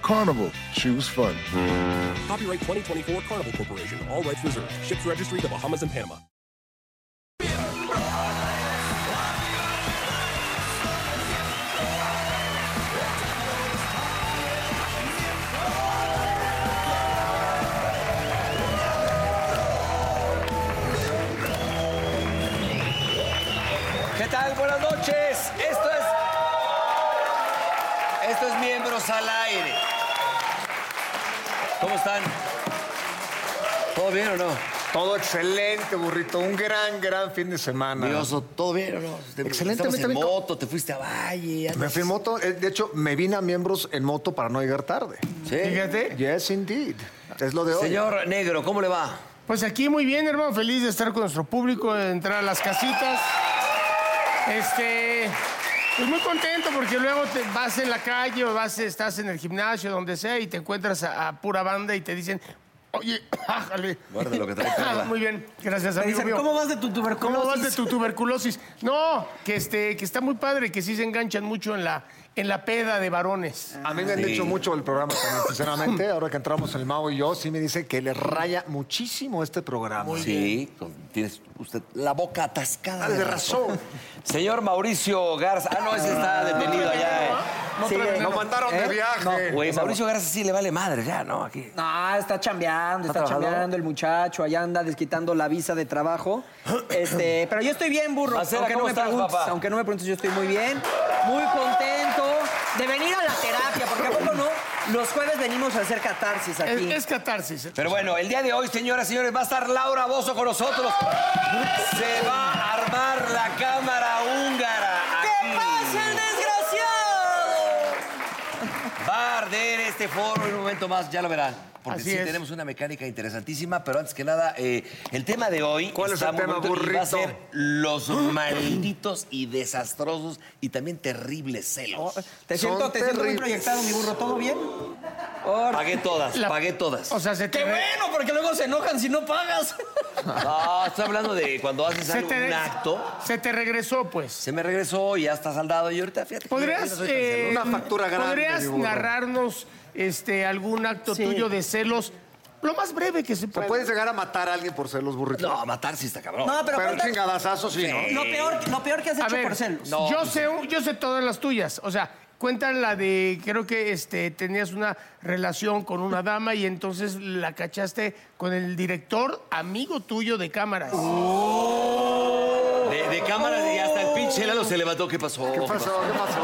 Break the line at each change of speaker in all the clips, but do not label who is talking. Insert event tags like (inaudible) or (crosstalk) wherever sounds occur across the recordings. Carnival, choose fun.
Copyright 2024 Carnival Corporation. All rights reserved. Ships registry: The Bahamas and Panama.
¿Qué tal? Buenas noches. Esto es. Esto es Miembros al Aire. ¿Cómo están? ¿Todo bien o no?
Todo excelente, burrito. Un gran, gran fin de semana.
Mioso, ¿todo bien o no? Te-
Excelentemente
estabas en
bien.
moto, te fuiste a Valle.
Me
andas-
fui en moto. Eh, De hecho, me vine a miembros en moto para no llegar tarde.
Sí.
Yes, indeed. Es lo de hoy.
Señor Negro, ¿cómo le va?
Pues aquí muy bien, hermano, feliz de estar con nuestro público, de entrar a las casitas. Este, pues muy contento porque luego te vas en la calle o vas, estás en el gimnasio, donde sea, y te encuentras a, a pura banda y te dicen, oye, (laughs) ájale.
Guarda lo que
(laughs)
trae Carla.
Muy bien, gracias, amigo mío.
¿Cómo vas de tu
¿Cómo
tuberculosis?
vas de tu tuberculosis? No, que, este, que está muy padre, que sí se enganchan mucho en la, en la peda de varones.
A mí me han dicho mucho del programa también, sinceramente. Ahora que entramos el Mao y yo, sí me dice que le raya muchísimo este programa.
sí, con- tienes usted la boca atascada.
Ah, de razón.
Señor Mauricio Garza. Ah, no, ese está detenido allá.
No,
eh.
trae veneno.
Lo mandaron de viaje.
No, güey, Mauricio Garza sí le vale madre ya, ¿no? Aquí.
No, está chambeando, está,
trabajador?
chambeando el muchacho, allá anda desquitando la visa de trabajo. Este,
(clears throat)
pero yo estoy bien, burro.
Macera,
aunque,
¿cómo
no me
estás,
preguntes,
papá?
aunque no me preguntes, yo estoy muy bien, muy contento de venir a la terapia, porque a poco no, los jueves venimos a hacer catarsis
Es,
aquí.
es catarsis.
Pero bueno, el día de hoy, señoras y señores, va a estar Laura Bozo con nosotros. Se va a armar la cámara húngara.
¡Qué
Aquí.
pasa el desgraciado!
Va a arder este foro en un momento más, ya lo verán. Porque
Así
sí
es.
tenemos una mecánica interesantísima, pero antes que nada, eh, el tema de hoy
¿Cuál es
está
el
muy
tema,
bonito y va a
burrito?
ser los malditos y desastrosos y también terribles celos.
Te
Son
siento, te siento muy
terribles.
proyectado, mi burro. ¿Todo bien?
Pagué todas,
La-
pagué todas.
O sea, se te
¡Qué
ve-
bueno! Porque luego se enojan si no pagas.
No, estoy hablando de cuando haces
se
algo,
te,
un acto.
se te regresó, pues.
Se me regresó y ya está saldado y ahorita fíjate. que yo no
¿Podrías,
soy tan
eh,
celoso.
Una factura grande,
¿podrías
mi burro.
narrarnos este, algún acto tuyo de celos? Lo más breve que se
¿Se
pueda.
puede llegar a matar a alguien por ser los burritos?
No, matar sí está cabrón.
No, pero
Pero un
cuenta
chingadazazo sí, ¿no?
lo peor, lo peor que has
A
hecho
ver,
por celos.
No,
yo,
pues
sé, yo sé todas las tuyas. O sea, cuentan la de, creo que este, tenías una relación con una dama y entonces la cachaste con el director, amigo tuyo de cámaras.
Uh. De, de cámaras y hasta el pinche Lalo se levantó. ¿Qué pasó?
¿Qué pasó? ¿Qué pasó?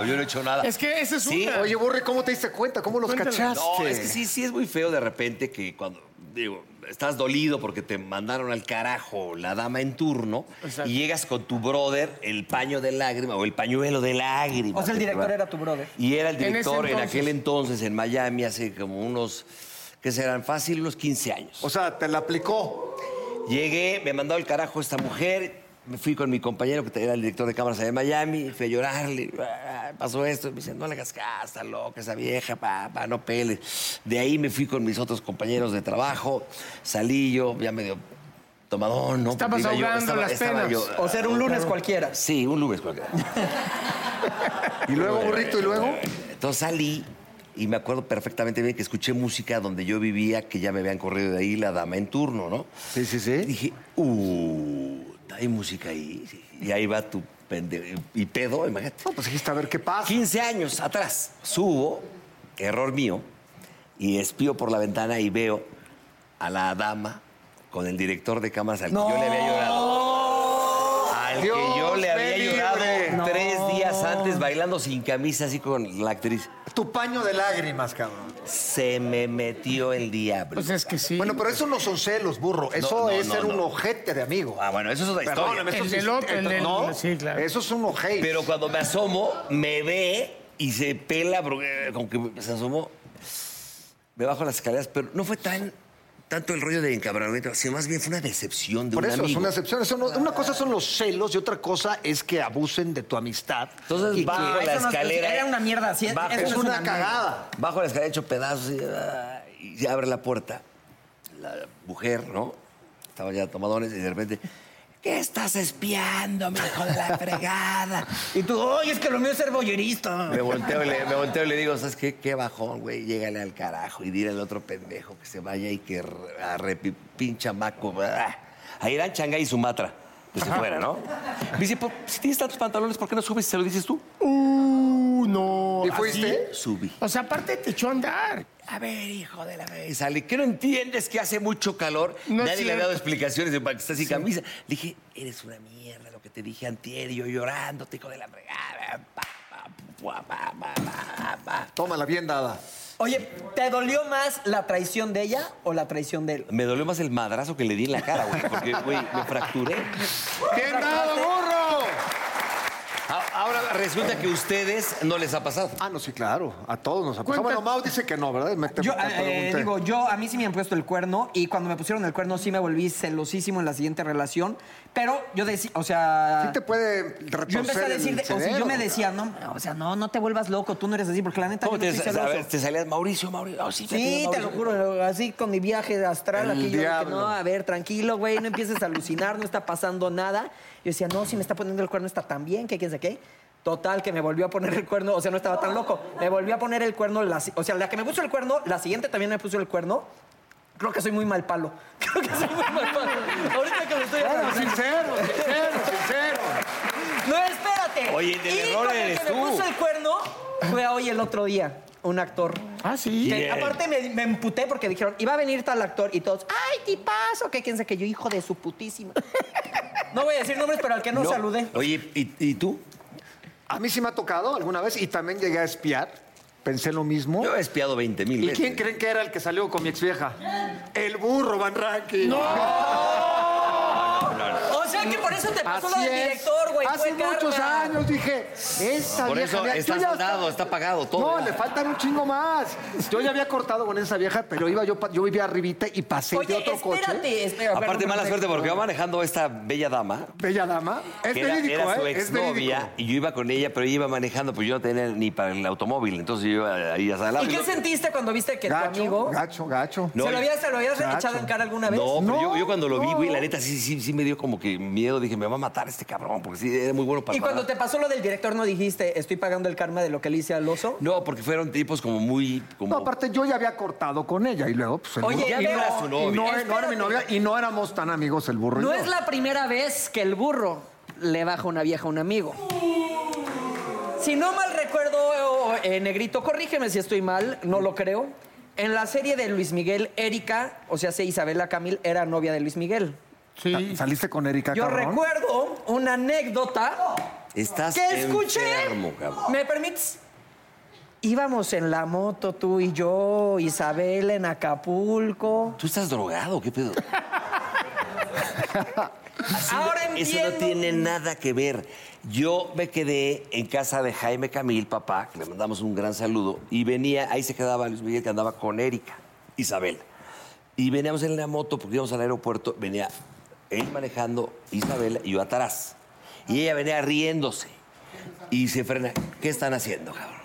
No, yo no he hecho nada.
Es que esa es
Sí,
una.
Oye, Burri, ¿cómo te diste cuenta? ¿Cómo los
Cuéntale.
cachaste?
No, es que sí, sí es muy feo de repente que cuando, digo, estás dolido porque te mandaron al carajo la dama en turno y llegas con tu brother, el paño de lágrima o el pañuelo de lágrima.
O sea, el director era tu brother.
Y era el
En ese
director en,
entonces.
aquel entonces en Miami hace como unos, que serán fácil, unos 15 años.
O sea, te la aplicó.
Llegué, me mandó al carajo esta mujer. Me fui con mi compañero, que era el director de cámaras allá de Miami, fui a llorarle, ah, pasó esto, me dice, no le hagas caso, está loca esa vieja, pa, pa, no peles. De ahí me fui con mis otros compañeros de trabajo, salí yo, ya medio tomadón, ¿no?
Estabas
Porque iba
ahogando las penas.
ah,
O ser un lunes cualquiera.
sí, un lunes cualquiera.
Y luego, burrito, y luego.
Entonces salí y me acuerdo perfectamente bien que escuché música donde yo vivía, que ya me habían corrido de ahí, la dama en turno, ¿no?
Sí, sí, sí.
Y dije, uh, hay música ahí. Y ahí va tu pendejo. Y pedo, imagínate.
No, pues dijiste a ver qué pasa.
15 años atrás, subo, error mío, y espío por la ventana y veo a la dama con el director de cámaras al que yo le había llorado. Al
Dios
que yo le había
me
llorado
libre.
tres días antes bailando sin camisa, así con la actriz.
Tu paño de lágrimas, cabrón.
Se me metió el diablo.
Pues es que sí.
Bueno, pero eso no son celos, burro. Eso
no,
es
no,
ser un
no.
ojete de amigo.
Ah, bueno, eso es otra historia.
Perdóname, eso
El
sí
del
es-
otro, el del-
no,
sí, claro.
Eso es un ojete.
Pero cuando me asomo, me ve y se pela, porque eh, como que se asomó. Me bajo las escaleras, pero no fue tan tanto el rollo de encabramiento, sino más bien fue una decepción de
Por
un
eso, es
amigo.
una excepción. Eso no- una cosa son los celos y otra cosa es que abusen de tu amistad.
Entonces
Y
Ah,
bajo
que-
la
eso no-
escalera.
era una mierda, sí,
bajo,
eso
es
no es
una
una mierda.
cagada.
bajo la escalera hecho pedazos y, ah, y ya abre la puerta. La mujer, ¿no? Estaba ya tomadones y de repente. ¿Qué estás espiando, mi hijo de la fregada?
Y tú, oye, es que lo mío es ser boyerista.
Me volteo, y le, me volteo y le digo, ¿sabes qué? Qué bajón, güey. Llégale al carajo y dile al otro pendejo que se vaya y que re- arrepi- pincha maco. ah". Ahí eran Shanghái y Sumatra. Que se fuera, ¿no? Me dice, "Por- si tienes tantos pantalones, ¿por qué no subes y se lo dices tú?
Uh, no.
¿Y fuiste?
Subí.
O sea, aparte te echó a andar.
A ver, hijo de la vez. Sale, ¿qué no entiendes que hace mucho calor?
No
Nadie
es
le ha
cierto.
dado explicaciones de para que estás sin camisa. Le dije, eres una mierda, lo que te dije antier, y yo llorándote, hijo de la fregada. Pa, pa, pa, pa, pa, pa, pa.
Tómala bien dada.
Oye, ¿te dolió más la traición de ella o la traición de él?
Me dolió más el madrazo que le di en la cara, güey, porque, güey, me fracturé.
¡Bien dado, burro!
A- Ahora resulta que a ustedes no les ha pasado.
Ah, no, sí, claro. A todos nos ha pasado.
Cuenta-
Bueno, Mau dice que no, ¿verdad? Me- te-
Yo,
te
eh,
pregunté.
digo, yo, a mí sí me han puesto el cuerno y cuando me pusieron el cuerno sí me volví celosísimo en la siguiente relación, pero yo decía, o sea...
Sí te puede
yo empecé a
retorcer el
decir, de- o sea,
cerebro.
yo me decía, no, o sea, no, no te vuelvas loco, tú no eres así, porque la neta yo
¿Cómo
no
te,
estoy
a ver,
celoso.
te salías Mauricio, Mauricio? Oh, sí,
Sí, te lo juro, así con mi viaje astral,
El
aquí yo dije,
diablo.
no, a ver, tranquilo, güey, no empieces a alucinar, no está pasando nada. Yo decía, no, si me está poniendo el cuerno está tan bien, que quién sabe qué. Total, que me volvió a poner el cuerno, o sea, no estaba tan loco. Me volvió a poner el cuerno, la si- o sea, la que me puso el cuerno, la siguiente también me puso el cuerno. Creo que soy muy mal palo. (laughs) Creo que soy muy mal palo. Ahorita que lo estoy
Bueno,
analizando.
sincero, sincero, sincero.
No, espérate.
Oye, del
Y
error
con el
eres
que
tú.
me puso el cuerno fue hoy el otro día, un actor.
Ah, sí.
Que aparte me, me emputé porque dijeron, iba a venir tal actor y todos, ¡ay, tipazo! Que quién sabe que yo, hijo de su putísima. no voy a decir nombres, pero al que no, saludé.
Oye, ¿y, y tú?
A mí sí me ha tocado alguna vez y también llegué a espiar. Pensé lo mismo.
Yo he espiado 20 mil
¿Y
veces.
quién creen que era el que salió con mi exvieja? El burro Van Ranking.
O sea que por eso te pasó
Así
lo del
es.
director, güey.
Hace
fue
muchos
carga.
años dije, esta
Por
vieja...
eso
mira, yo
está
ya-
soldado, está pagado todo.
No, le faltan un chingo más. Yo ya había cortado con esa vieja, pero iba yo, pa- yo vivía arribita y pasé
Oye,
de otro coche.
espérate, espérate.
Aparte, mala suerte porque va manejando esta bella dama.
Bella dama. Es
que era,
verídico,
era su
¿eh? Es verídico.
exnovia y yo iba con ella, pero ella iba manejando, pues yo no tenía ni para el automóvil, entonces yo iba ahí hasta al lado.
¿Y qué sentiste cuando viste que tu
Gacho,
amigo...
gacho, gacho.
No,
¿Se lo habías, se lo habías
Gacho.
echado en cara alguna vez?
No, pero yo,
No,
yo cuando lo vi,
no.
güey, la neta sí, sí, sí me dio como que miedo. Dije, me va a matar este cabrón, porque sí, era muy bueno para
Y cuando te
parar.
pasó lo del director, ¿no dijiste, estoy pagando el karma de lo que le hice al oso?
No, porque fueron tipos como muy... Como...
No, aparte yo ya había cortado con ella y luego, pues el
Oye,
burro.
ya
pero-
no era su
Y
novia.
no,
espérate.
no era mi novia y no éramos tan amigos el burro. y
No
yo.
es la primera vez que el burro le baja una vieja a un amigo. Si no mal recuerdo, eh, Negrito, corrígeme si estoy mal, no lo creo. En la serie de Luis Miguel, Erika, o sea, sí, Isabela Camil era novia de Luis Miguel.
Sa- Saliste con
Ah,
Erika
Yo
cabrón?
recuerdo una anécdota
Estás
que escuché.
enfermo, cabrón.
¿Me permites? Íbamos en la moto tú y yo, Isabel en Acapulco.
¿Tú estás drogado? ¿Qué pedo?
Ahora
Eso
entiendo.
no tiene nada que ver. Yo me quedé en casa de Jaime Camil, papá, que le mandamos un gran saludo, y venía, ahí se quedaba Luis Miguel, que andaba con Erika, Isabel. Y veníamos en la moto, porque íbamos al aeropuerto, venía él manejando, Isabel, y yo atrás. Y ella venía riéndose. Y se frena. ¿Qué están haciendo, cabrón?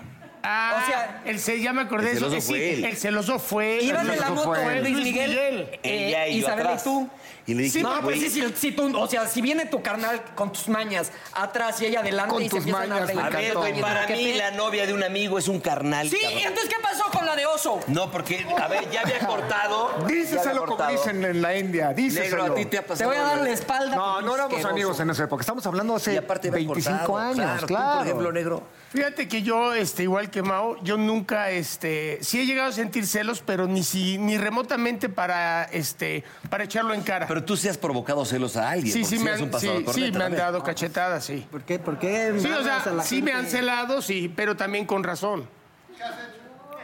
Ah,
O sea,
el ce- ya me acordé
el
de eso.
celoso
eh, sí,
fue él.
el celoso fue.
Iban en la
celoso
moto,
fue
Luis Miguel, eh,
Ella y yo
Isabel
atrás.
y tú.
Y le dije,
no,
güey,
pues sí, si, si tú, o sea, si viene tu carnal con tus mañas atrás y ella adelante
Con
y se
tus
empiezan
mañas,
a
me
a
reír.
ver, güey, para
¿Qué
mí
pe-
la novia de un amigo es un carnal.
Sí,
cabrón.
¿y entonces ¿qué pasó con la de oso?
No, porque, a ver, ya había cortado.
(laughs)
ya había
Díceselo como
cortado.
dicen en la India, díceselo.
Negro, a ti te ha
Te
pasado.
voy a dar la
algo?
espalda.
No,
porque
no éramos
asqueroso.
amigos en esa época. Estamos hablando hace
Y aparte había
25
cortado,
años, claro.
Tú, por ejemplo, negro.
Fíjate que yo, este, igual que Mao, yo nunca, este, sí he llegado a sentir celos, pero ni si, ni remotamente para, este, para echarlo en cara.
Pero tú sí has provocado celos a alguien.
sí,
porque
sí,
sí
me
eres un
han, sí,
pasado de
sí,
corneta,
me han
¿no?
dado cachetadas, sí.
¿Por qué? ¿Por qué?
Sí, o
mamas a
sea,
la
sí me han
gente?
celado, sí, pero también con razón.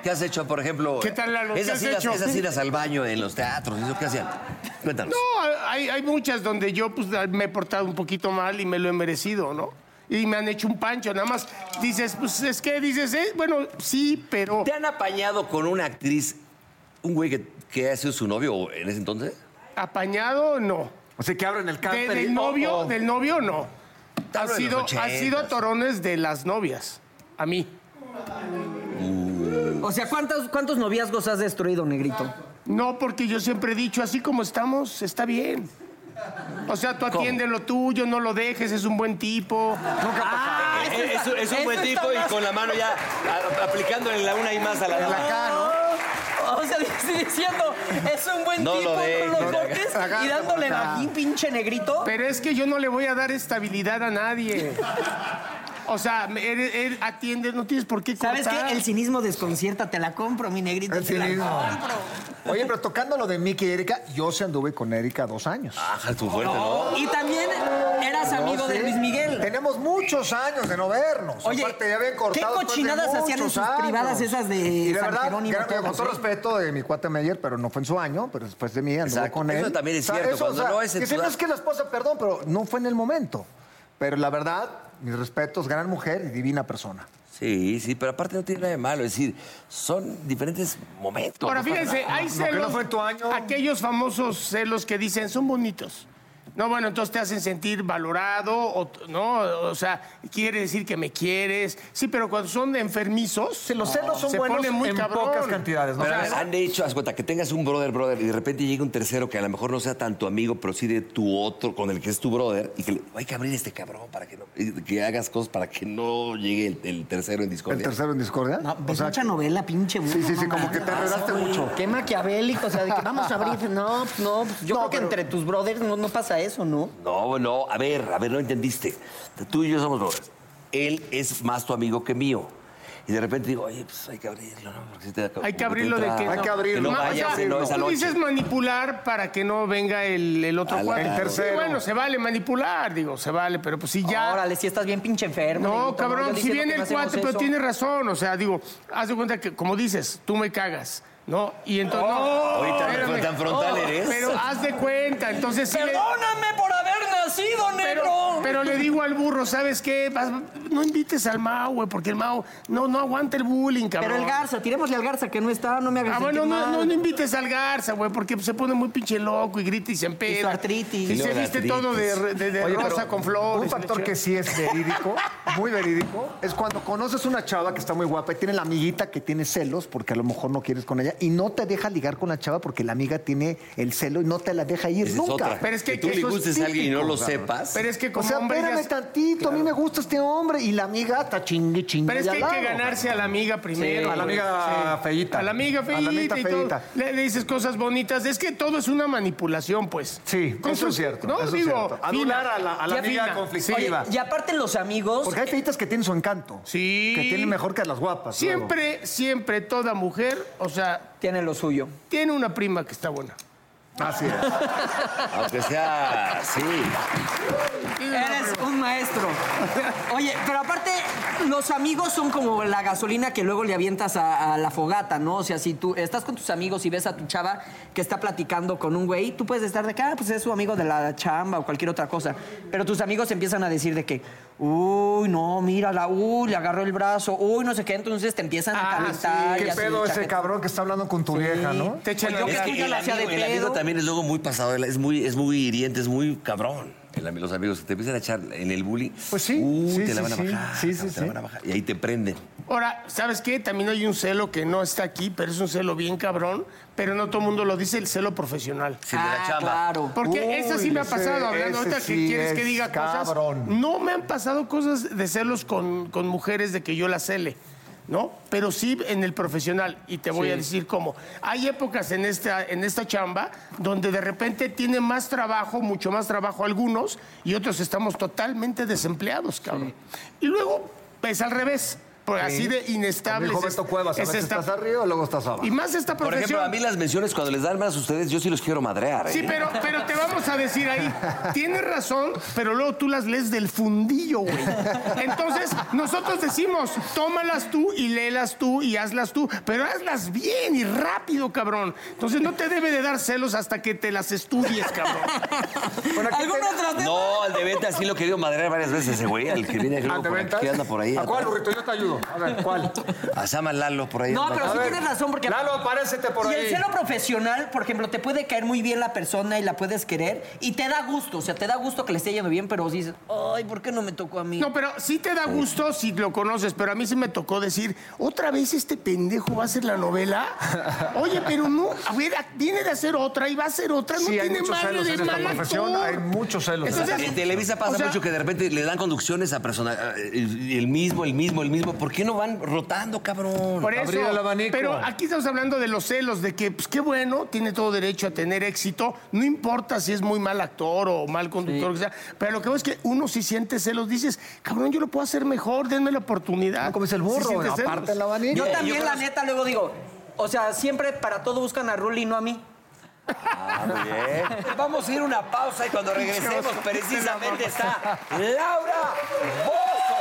¿Qué has hecho, por ejemplo?
¿Qué tal, Lalo? ¿Qué
Esas,
has
idas,
hecho?
esas idas al baño en los teatros, ¿eso qué hacían? Cuéntanos.
No, hay, hay muchas donde yo pues, me he portado un poquito mal y me lo he merecido, ¿no? Y me han hecho un pancho, nada más dices, pues es que dices, eh, bueno, sí, pero...
¿Te han apañado con una actriz, un güey que, que ha sido su novio en ese entonces?
Apañado, no.
O sea, que abren el
De-
cárter. Ah, y-
del novio,
Oh, oh.
del novio, no. Ha
Hablo de
sido,
los
ha sido
ochentas.
torones de las novias, a mí.
O sea, ¿cuántos, ¿cuántos noviazgos has destruido, negrito?
No, porque yo siempre he dicho, así como estamos, está bien. O sea, tú atiende lo tuyo, no lo dejes, es un buen tipo.
Ah, eso
Eh,
está- eso está más-
la mano ya a- aplicándole la una y más a la dama.
O sea, (laughs) sí, diciendo, es un buen
No lo
tipo
dejes,
con los
no lo
golpes
hagas.
y dándole aquí, pinche negrito.
Pero es que yo no le voy a dar estabilidad a nadie. O sea, me- él, él atiende, no tienes por qué cortar.
¿Sabes qué? El cinismo desconcierta, te la compro, mi negrito.
El
te la
cinismo.
compro.
Oye, pero tocando lo de Mickey y Erika, yo se anduve con Erika dos años.
Ajá, estuvo fuerte, ¿no?
Y también eras amigo de
¿Ah, Sí.
Luis Miguel.
Tenemos muchos años de no vernos.
Oye,
Aparte, ya habían cortado
¿qué
después de
cochinadas hacían en
muchos
sus
años.
privadas esas de
Y la
San
verdad,
Jerónimo,
gran amigo, con
todas,
todo
eh?
respeto de mi cuate Meyer, pero no fue en su año, pero después de mí anduvo
Exacto.
con él.
Eso también es cierto, cuando no es en
que
tu
sí, no
edad.
es que la esposa, perdón, pero no fue en el momento. Pero la verdad, mis respetos, gran mujer y divina persona.
Pues Sí, sí, pero aparte no tiene nada de malo. Es decir, son diferentes momentos.
Ahora,
No pasa
fíjense,
nada.
hay
no, que
celos.
no fue tu año.
Aquellos famosos celos que dicen son bonitos. No, bueno, entonces te hacen sentir valorado, o t- ¿no? O sea, quiere decir que me quieres. Sí, pero cuando son enfermizos.
Sí, los celos son
se
buenos
pone muy
en
cabrón.
pocas cantidades, ¿no?
Pero
O sea,
han hecho, haz cuenta, que tengas un brother, brother, y de repente llega un tercero que a lo mejor no sea tan tu amigo, pero sí de tu otro, con el que es tu brother, y que le, hay que abrir este cabrón para que no, que hagas cosas para que no llegue el, el tercero en
¿El
discordia.
tercero en discordia?
No,
O
pues
sea,
mucha novela, pinche burro,
Sí, sí, sí,
no
como
mames.
que te enredaste mucho.
Qué maquiavélico, o sea, de que vamos a abrir. No, pues, no, pues, yo
No,
creo que
pero-
entre tus brothers no, no pasa eso, ¿no?
No, no, a ver, a ver, no entendiste. Tú y yo somos brothers. Él es más tu amigo que mío. Y de repente digo, oye, pues hay que abrirlo, ¿no? Porque si te da-
Hay que
como
abrirlo de
entra-
que.
Hay
no.
que abrirlo,
Que no
hay
Ma- o
vayas,
sea,
que
no, esa
tú
noche.
dices manipular para que no venga el, el otro
Al-
cuate.
el
tercero.
Sí, bueno, se vale manipular, digo, se vale, pero pues sí ya.
Órale, si estás bien pinche enfermo.
No,
negrito,
cabrón,
yo
si
diciendo
viene
que no
el
hacemos
cuate, pero
eso.
tiene razón. O sea, digo, haz de cuenta que, como dices, tú me cagas, ¿no? Y entonces. no,
Ahorita me ¿eh?
espérame.
fue tan frontal eres.
Pero haz de cuenta, entonces sí. le-
¡Perdóname por haber nacido, negro!
pero, pero le digo al burro, ¿sabes qué? Vas- No invites al Mao, güey, porque el Mao no, no aguanta el bullying, cabrón.
Pero el Garza, tirémosle al Garza que no está, no me hagas
Ah,
sentir
bueno, no,
mal.
no, no invites al Garza, güey, porque se pone muy pinche loco y grita y se empeda.
Y su artritis.
Y
Y
se
luego la
viste todo de,
artritis.
de- de
Oye, pero
rosa con flores.
Un factor que sí es verídico, muy verídico, es cuando conoces una chava que está muy guapa y tiene la amiguita que tiene celos porque a lo mejor no quieres con ella y no te deja ligar con la chava porque la amiga tiene el celo y no te la deja ir
Esa es
nunca.
otra.
Pero es que-
tú
que
le
eso es
gustes a alguien y no lo
típico, cabrón.
sepas.
Pero es que
O
como
sea,
hombre ya
espérame
es-
tantito, a mí me gusta este hombre y la amiga está chingue, chingue.
Pero es
de
que
al
hay que
lado.
ganarse a la amiga primero.
a la
güey.
amiga feíta.
A la amiga
A la
feíta.
amiguita
y todo.
feíta.
Le, le dices cosas bonitas. Es que todo es una manipulación, pues.
Sí,
Con
eso
su-
es cierto.
No,
eso es
digo,
cierto. Anular
fina,
a la, a la
ya
amiga
fina.
conflictiva.
Y aparte los amigos,
porque hay feitas que tienen su encanto.
Sí.
Que tienen mejor que las guapas. luego.
Siempre, siempre toda mujer, o sea,
tienen lo suyo.
tiene una prima que está buena.
Así es.
(laughs) Aunque sea, sí.
Tiene una
Eres
prima.
un maestro. Oye, pero aparte, los amigos son como la gasolina que luego le avientas a, a la fogata, ¿no? O sea, si tú estás con tus amigos y ves a tu chava que está platicando con un güey, tú puedes estar de acá, pues es su amigo de la chamba o cualquier otra cosa. Pero tus amigos empiezan a decir de que, uy, no, mírala, uy, le agarró el brazo, uy, no sé qué. Entonces te empiezan a
Ah,
calentar.
¿Qué
y así,
pedo ese
chaqueta.
cabrón que está hablando con tu vieja, no?
Te echan
Pues yo
la-
que
Es
tú
que
ya
el
la hacía
amigo,
de
el amigo
pedo.
también es luego muy pasado, de la- es muy, es muy hiriente, es muy cabrón. El ami- los amigos que te empiezan a echar en el bullying.
Pues sí,
"Uh,
sí,
te la
sí,
van a
sí,
bajar.
sí, sí,
te la
sí.
van a bajar. Y ahí te prenden.
Ahora, ¿sabes qué? También hay un celo que no está aquí, pero es un celo bien cabrón, pero no todo el mundo lo dice, el celo profesional.
Sí, de la
Ah,
chamba.
claro.
Porque
Uy,
esa sí me ha
ese-
pasado, hablando
ese
ahorita que
sí
quieres que
es
diga cosas.
cabrón.
No me han pasado cosas de celos con, con mujeres de que yo las cele, ¿no? Pero sí en el profesional. Y te voy a decir cómo. Hay épocas en esta, en esta chamba donde de repente tienen más trabajo, mucho más trabajo algunos, y otros estamos totalmente desempleados, cabrón. Y luego es al revés. por- así de inestable.
También Roberto Cuevas, a veces estás arriba y luego estás abajo.
Y más esta
Por ejemplo,
profesión.
a mí las menciones cuando les dan más a ustedes, yo sí los quiero madrear. ¿eh?
Sí, pero, pero te vamos a decir ahí, tienes razón, pero luego tú las lees del fundillo, güey. Entonces, nosotros decimos, tómalas tú y léelas tú y hazlas tú, pero hazlas bien y rápido, cabrón. Entonces, no te debe de dar celos hasta que te las estudies, cabrón.
¿Algún otro tema?
No, al de venta sí lo he querido madrear varias veces ese güey, al que viene luego por aquí, anda por ahí.
Ah,
¿eh?
¿A cuál, burrito? Yo te ayudo. A ver, ¿cuál?
A Sama Lalo por ahí.
No,
anda.
pero
A
sí
ver,
tienes razón porque...
Lalo, aparécete por
y
ahí.
el celo profesional, por ejemplo, te puede caer muy bien la persona y la puedes querer y te da gusto, o sea, te da gusto que le esté yendo bien, pero dices, ay, ¿por qué no me tocó a mí?
No, pero sí te da gusto si lo conoces, pero a mí sí me tocó decir, otra vez este pendejo va a hacer la novela. Oye, pero no, a ver, viene de hacer otra y va a hacer otra, no
Sí, hay
tiene
muchos
madre
celos
de
en
mal
esta profesión.
actor.
Hay muchos celos.
Entonces-
En Televisa pasa
O sea-
mucho que de repente le dan conducciones a personas. El mismo, el mismo, el mismo. ¿Por qué no van rotando, cabrón?
Por
Abrir
eso,
el abanico.
Pero aquí estamos hablando de los celos, de que, pues qué bueno, tiene todo derecho a tener éxito, no importa si es muy mal actor o mal conductor, o sea, pero lo que veo es que uno si siente celos, dices, cabrón, yo lo puedo hacer mejor, denme la oportunidad.
No, como es el
Si
burro,
sientes celos.
aparte el abanico.
pues, Yo
Mira,
también,
yo
la
conozco-
neta, luego digo, o sea, siempre para todo buscan a Ruli y no a mí.
Vamos a ir a una pausa y
(laughs)
cuando regresemos precisamente está Laura Bozo.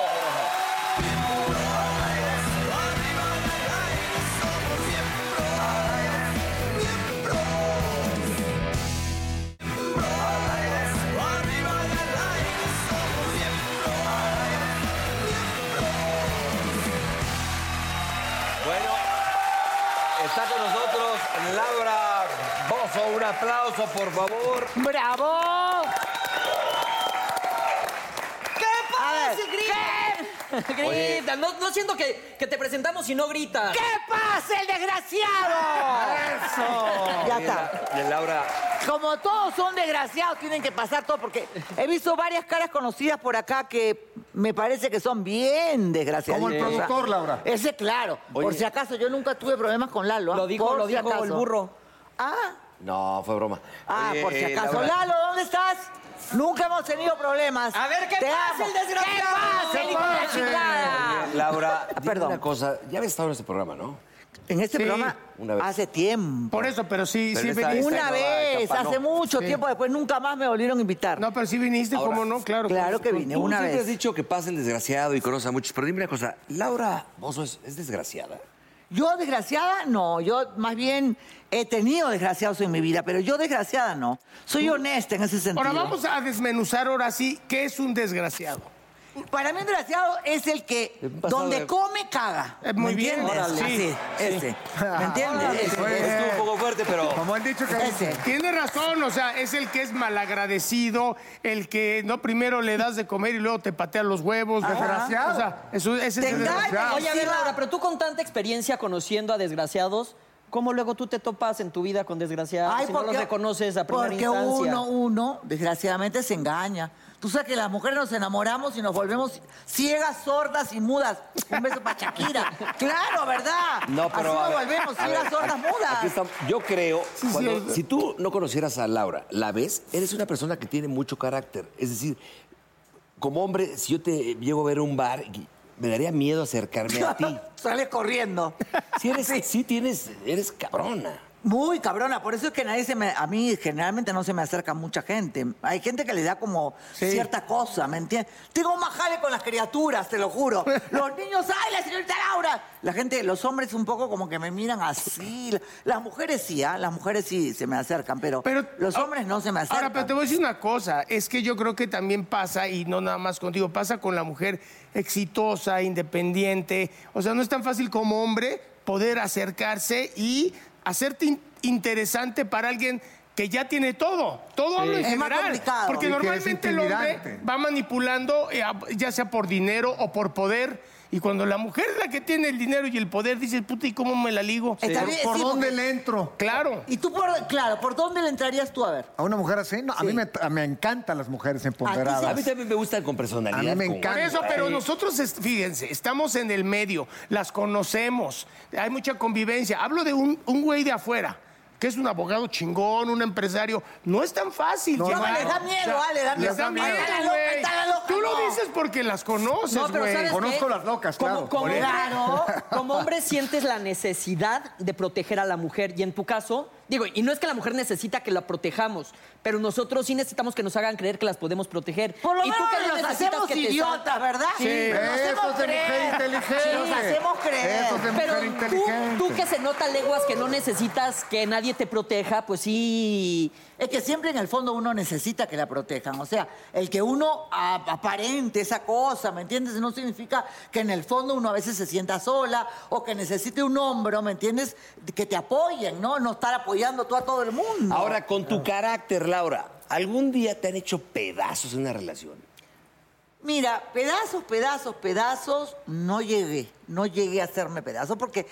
Bueno, está con nosotros Laura Bozo. Un aplauso, por favor.
¡Bravo! ¿Qué pasa si gritan? (laughs) Gritan. No, no siento que, que te presentamos y no gritas. ¿Qué pasa, el desgraciado?
Ya
Oye,
está.
La- y Laura,
Como todos son desgraciados, tienen que pasar todo, porque he visto varias caras conocidas por acá que me parece que son bien desgraciadas.
Como el productor, Laura.
Ese, claro. Por si acaso, yo nunca tuve problemas con Lalo. ¿ah?
Lo dijo,
Por
lo
si
dijo el
acaso.
burro.
Ah,
No, fue broma.
ah,
Oye,
por si
eh,
acaso.
Laura,
Lalo, ¿dónde estás? Nunca hemos tenido problemas.
A ver, ¿qué
Te
pasa,
amo.
el desgraciado?
¿Qué pasa, el hijo de la chingada?
oye, Laura, dime
Perdón.
una cosa. Ya habías estado en este programa, ¿no?
En este
Sí,
programa,
una vez.
hace tiempo.
Por eso, pero sí,
Pero
sí
esta- esta-
viniste.
Una
no,
vez,
capaz no.
hace mucho tiempo después, nunca más me volvieron a invitar.
No, pero sí viniste,
Ahora,
¿cómo no? Claro.
claro que vine,
Tú
una
siempre has
vez.
dicho que pasa el desgraciado y conoce a muchos. Pero dime una cosa. Laura Bozo es, es desgraciada.
Yo desgraciada, no. Yo más bien he tenido desgraciados en mi vida, pero yo desgraciada no. Soy honesta en ese sentido.
Mm. Ahora vamos a desmenuzar ahora sí qué es un desgraciado.
Para mí un desgraciado es el que
pasado
donde
de-
come caga.
Eh,
¿Me
muy bien,
entiendes?
órale. Sí, pues,
Así, ese. ¿Me entiendes? Ese,
Estuvo un poco fuerte, pero...
Como han dicho que
ese.
Tiene razón, o sea, es el que es malagradecido, el que no primero le das de comer y luego te patea los huevos. ¿no?
Desgraciado.
O sea, eso, ese es
Te
el
engaña.
desgraciado.
Oye, a ver,
Sí,
Laura,
va.
pero tú con tanta experiencia conociendo a desgraciados, ¿cómo luego tú te topas en tu vida con desgraciados
Ah,
Ay,
si no los reconoces a primera
porque
instancia?
uno, uno, desgraciadamente se engaña. Tú sabes que las mujeres nos enamoramos y nos volvemos ciegas, sordas y mudas. Un beso
(laughs)
para Shakira. claro, ¿verdad?
No, pero.
Así
a
nos
ver,
volvemos
a
ciegas,
ver,
sordas,
aquí-
mudas.
aquí
(laughs)
estamos. Yo creo,
sí,
cuando-
es verdad.
si tú no conocieras a Laura, la ves, eres una persona que tiene mucho carácter. Es decir, como hombre, si yo te llego a ver a un bar, me daría miedo acercarme a
(laughs)
ti.
Sales corriendo.
Si eres, sí. tienes, eres cabrona.
Muy cabrona, por eso es que nadie se me, a mí generalmente no se me acerca mucha gente. Hay gente que le da como cierta cosa, ¿me entiendes? Tengo más jale con las criaturas, te lo juro. Los niños, ¡ay, la señorita Laura! La gente, los hombres un poco como que me miran así. Las mujeres sí, ¿ah? Las mujeres sí se me acercan, pero, los hombres no se me acercan.
Ahora, pero te voy a decir una cosa, es que yo creo que también pasa, y no nada más contigo, pasa con la mujer exitosa, independiente. O sea, no es tan fácil como hombre poder acercarse y hacerte in- interesante para alguien que ya tiene todo, todo hombre en
Es más
general.
complicado.
Porque
Y que es
normalmente el hombre
intimidante.
va manipulando, eh, a- ya sea por dinero o por poder. Y cuando la mujer es la que tiene el dinero y el poder, dices, puta, ¿y cómo me la ligo?
Está bien,
¿Por
sí,
dónde
porque-
le entro?
Claro.
Y tú, por, claro, ¿por dónde le entrarías tú a ver?
¿A una mujer así? No, a mí me, me encantan las mujeres
A
empoderadas.
mí también me gustan con personalidad.
A mí me
con-
encanta.
Por eso, pero nosotros, es- fíjense, estamos en el medio, las conocemos, hay mucha convivencia. Hablo de un, un güey de afuera que es un abogado chingón, un empresario. No es tan fácil.
No,
ya
no,
van-
les da miedo, ah, les da
Les da
miedo.
miedo,
Está la loca,
güey.
está la loca,
Tú
no.
lo dices porque las conoces,
No, pero
güey.
¿sabes
Conozco
qué?
las locas,
Como-
claro. Por
Como,
eso.
claro, como hombre sientes la necesidad de proteger a la mujer. Y en tu caso, digo, y no es que la mujer necesita que la protejamos, pero nosotros sí necesitamos que nos hagan creer que las podemos proteger.
Por lo
y
menos
no
los
necesitas
hacemos
que te
idiotas,
sal-
¿verdad?
Sí.
Nos
Eso
hacemos
es de mujer
creer.
inteligente.
Nos hacemos creer.
Eso es de
Pero
mujer
tú,
inteligente.
tú que se nota leguas que no necesitas que nadie te proteja, pues sí.
Es que siempre en el fondo uno necesita que la protejan. O sea, el que uno a- aparente esa cosa, ¿me entiendes? No significa que en el fondo uno a veces se sienta sola o que necesite un hombro, ¿me entiendes? Que te apoyen, ¿no? No estar apoyando tú a todo el mundo.
Ahora, con
Ah.
tu carácter, Laura, ¿algún día te han hecho pedazos en una relación?
Mira, pedazos, pedazos, pedazos, no llegué, no llegué a hacerme pedazos, porque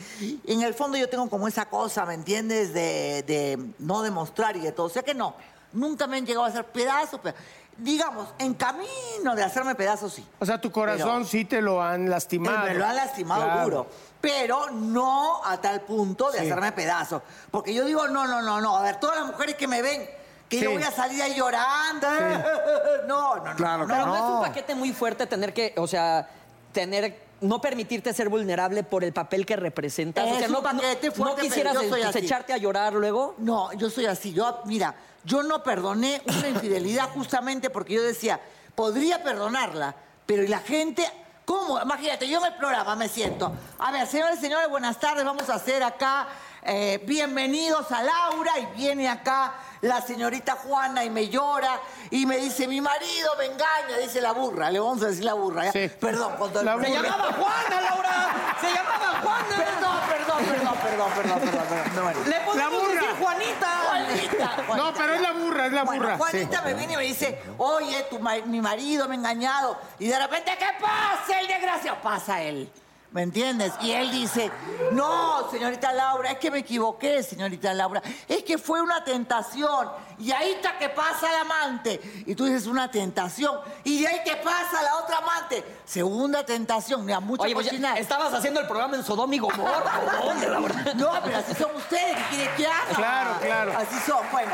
en el fondo yo tengo como esa cosa, ¿me entiendes?, de, de no demostrar y de todo. O sea que no, nunca me han llegado a hacer pedazos, pero digamos, en camino de hacerme pedazos sí. eh,
O sea, tu corazón sí te lo han lastimado.
Me lo ha lastimado
Claro.
duro. Pero no a tal punto de hacerme pedazos. Porque yo digo, no, no, no, no. A ver, todas las mujeres que me ven, que yo
Sí.
voy a salir ahí llorando. (laughs) No, no, no.
Claro que
Pero no. es un
no.
paquete muy fuerte tener que, o sea, tener, no permitirte ser vulnerable por el papel que representas. o
Es
sea,
un
no, no-
paquete
no
fuerte, pero
quisieras
yo soy
pues,
así.
echarte a llorar luego.
No, yo soy así. Yo, mira, yo no perdoné una infidelidad justamente porque yo decía, podría perdonarla, pero y la gente. ¿Cómo? Imagínate, yo en el programa me siento. A ver, señores, señores, buenas tardes. Vamos a hacer acá eh, bienvenidos a Laura. Y viene acá la señorita Juana y me llora y me dice, mi marido me engaña, dice la burra. Le vamos a decir la burra. ¿ya?
Sí.
Perdón, con todo el
La
respeto.
burra.
Juana, Laura. Se llamaba Juana. Perdón, perdón, perdón, perdón, perdón, perdón. perdón. No, bueno.
Le
La burra.
Juanita.
Juanita.
No, pero es la burra, es la
Bueno,
burra.
Juanita me viene y me dice, oye, tu ma- mi marido me ha engañado. Y de repente, ¿qué pasa el desgraciado? Pasa él. ¿Me entiendes? Y él dice, no, señorita Laura, es que me equivoqué, señorita Laura. Es que fue una tentación. Y ahí está que pasa el amante. Y tú dices, una tentación. Y de ahí que pasa la otra amante. Segunda tentación. Mira, mucha
Oye, pues ya
cochinada.
estabas haciendo el programa en Sodoma y Gomorra. ¿o ¿Dónde, Laura?
No, pero así son ustedes, ¿qué quieren que haga?
Claro, claro.
Así son, bueno.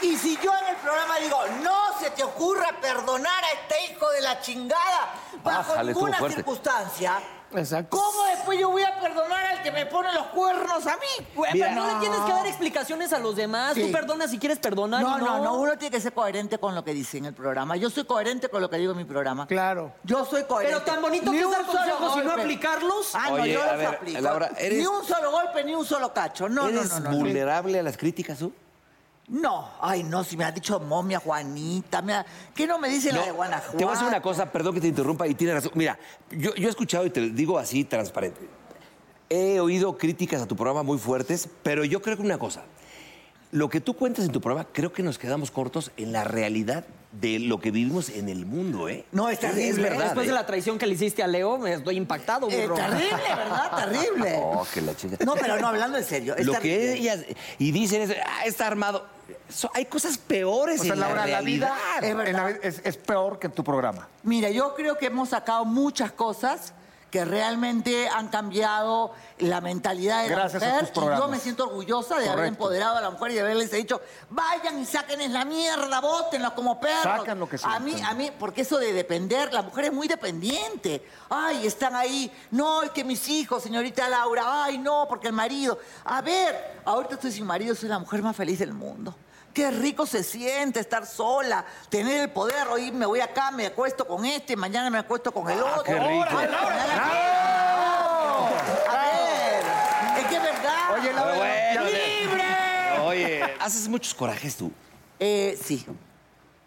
Y si yo en el programa digo, no se te ocurra perdonar a este hijo de la chingada bajo
Bájale, estuvo
ninguna
fuerte.
circunstancia,
Exacto.
¿cómo después yo voy a perdonar al que me pone los cuernos a mí?
Güey,
Mira.
pero no le tienes que dar explicaciones a los demás.
Sí.
Tú perdonas si quieres perdonar.
No,
y
no, no, uno tiene que ser coherente con lo que dice en el programa. Yo soy coherente con lo que digo en mi programa.
Claro.
Yo soy coherente.
Pero tan bonito
Ni
que es
un
dar
solo
consejos y no
golpe.
aplicarlos.
Ah, no,
Oye,
yo
a
los
ver,
aplico.
Laura, eres-
Ni un solo golpe, ni un solo cacho. No, no,
¿Eres
no, no, no.
vulnerable a las críticas tú?
No, ay no, si me ha dicho momia, Juanita, me ha- ¿qué no me dice la de Guanajuato?
Te voy a decir una cosa, perdón que te interrumpa y tienes razón. Mira, yo, yo he escuchado y te lo digo así transparente. He oído críticas a tu programa muy fuertes, pero yo creo que una cosa. Lo que tú cuentas en tu programa, creo que nos quedamos cortos en la realidad de lo que vivimos en el mundo, ¿eh?
No, es terrible,
Es verdad.
Después
¿eh?
de la traición que le hiciste a Leo, me estoy impactado,
Eh,
burro.
terrible, ¿verdad? Terrible.
(laughs) Oh, que la chinga.
No, pero no, hablando en serio. es
lo
terrible.
que ellas. Y dicen es, ah, está armado. So- hay cosas peores
O sea,
en la,
Laura, la
realidad.
vida
Es
en la
verdad.
vida es, es peor que en tu programa.
Mira, yo creo que hemos sacado muchas cosas que realmente han cambiado la mentalidad de
Gracias a
la mujer.
tus
y yo
programas.
me siento orgullosa de haber
Correcto.
empoderado a la mujer y de haberles dicho, vayan y sáquenles la mierda, bótenlos como perros.
Sacan lo que
A
sienten.
mí, a mí, porque eso de depender, la mujer es muy dependiente. Ay, están ahí. No, es que mis hijos, señorita Laura, ay, no, porque el marido. A ver, ahorita estoy sin marido, soy la mujer más feliz del mundo. Qué rico se siente estar sola, tener el poder, hoy me voy acá, me acuesto con este, mañana me acuesto con
Ah,
el otro.
qué rico.
Ay, A ver, es que es verdad.
Oye, Laura,
Pero bueno,
ya-
Oye, haces muchos corajes tú.
Eh, sí.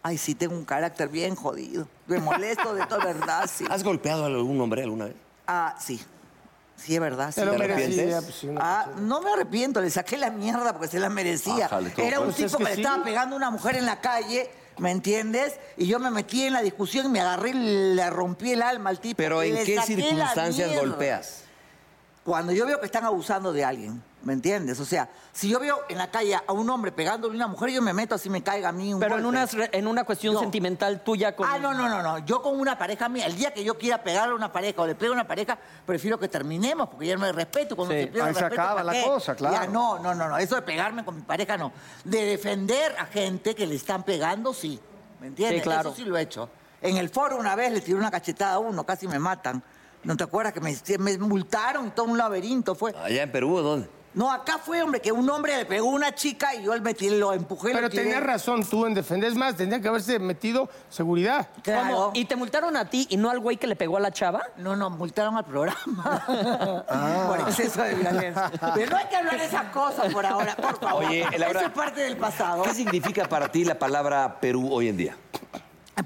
Ay, sí, tengo un carácter bien jodido. Me molesto de todo, ¿verdad?
(laughs)
Sí.
¿Has golpeado a algún hombre alguna vez?
Ah, sí. Sí, es verdad. Sí.
Te lo
¿Te
merecía.
arrepientes?
Pues, sí, no.
Ah, no me arrepiento, le saqué la mierda porque se la merecía.
Ájale, todo
Era un
fuerte.
Pues es
tipo
que
que, le
sí.
estaba pegando a una mujer en la calle, ¿me entiendes? Y yo me metí en la discusión y me agarré y le rompí el alma al tipo.
Pero
Le
¿en qué
saqué la
circunstancias
mierda.
golpeas?
Cuando yo veo que están abusando de alguien. ¿Me entiendes? O sea, si yo veo en la calle a un hombre pegándole a una mujer, yo me meto así me caiga a mí un
Pero en
golpe.
una, en una cuestión
No.
sentimental tuya con...
Ah, no, no, no, no. Yo con una pareja mía, el día que yo quiera pegarle a una pareja o le pego a una pareja, prefiero que terminemos porque ya no hay respeto. Cuando
Sí,
se pierde
ahí
el
se
respeto,
acaba
¿para
la
qué?
cosa, claro.
Ya no, no, no, no. Eso de pegarme con mi pareja, no. De defender a gente que le están pegando, sí. ¿Me entiendes?
Sí, claro.
Eso sí lo he hecho. En el foro una vez le tiré una cachetada a uno, casi me matan. ¿No te acuerdas que me, me multaron y todo un laberinto fue?
Allá en Perú, ¿dónde?
No, acá fue, hombre, que un hombre le pegó a una chica y yo me tiré, lo empujé.
Pero
lo tiré.
tenías razón tú en defender. Es más, tendría que haberse metido seguridad.
Claro.
¿Cómo? ¿Y te multaron a ti y no al güey que le pegó a la chava?
No, no, multaron al programa. Por exceso de violencia. Pero no hay que hablar de esas cosas por ahora, por favor.
Oye, Laura-
Eso es parte del pasado.
¿Qué significa para ti la palabra Perú hoy en día?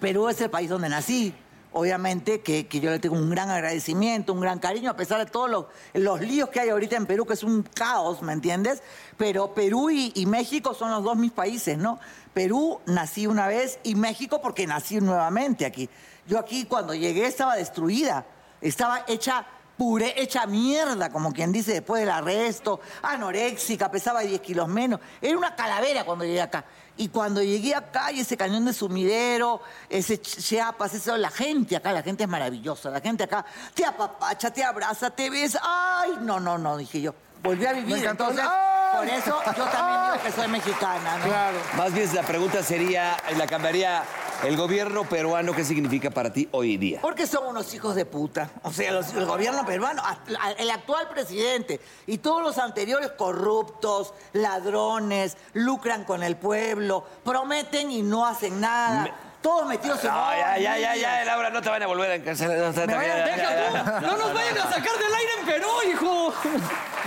Perú es el país donde nací. Obviamente que, que yo le tengo un gran agradecimiento, un gran cariño, a pesar de todos los, los líos que hay ahorita en Perú, que es un caos, ¿me entiendes? Pero Perú y, y México son los dos mis países, ¿no? Perú nací una vez y México porque nací nuevamente aquí. Yo aquí cuando llegué estaba destruida, estaba hecha puré, hecha mierda, como quien dice, después del arresto, anoréxica, pesaba 10 kilos menos. Era una calavera cuando llegué acá. Y cuando llegué acá y ese cañón de sumidero, ese Ch- Chiapas, eso, la gente acá, la gente es maravillosa, la gente acá te apapacha, te abraza, te ves, ay, no, no, no, dije yo. Volví a vivir,
encantó.
entonces,
¡Ay!
por eso yo también digo que soy mexicana, ¿no?
Más bien la pregunta sería, la cambiaría, el gobierno peruano, ¿qué significa para ti hoy en día?
Porque son unos hijos de puta. O sea, los- el gobierno peruano, a- a- el actual presidente y todos los anteriores corruptos, ladrones, lucran con el pueblo, prometen y no hacen nada. Todos metidos en...
No, ya, ya, ya,
hormigas.
ya, Laura, no te van a volver a encarcelar. No, está-
Me van a-
ya, ya,
deja
ya,
tú.
ya.
(laughs) ¡No nos vayan a sacar del aire en Perú, hijo!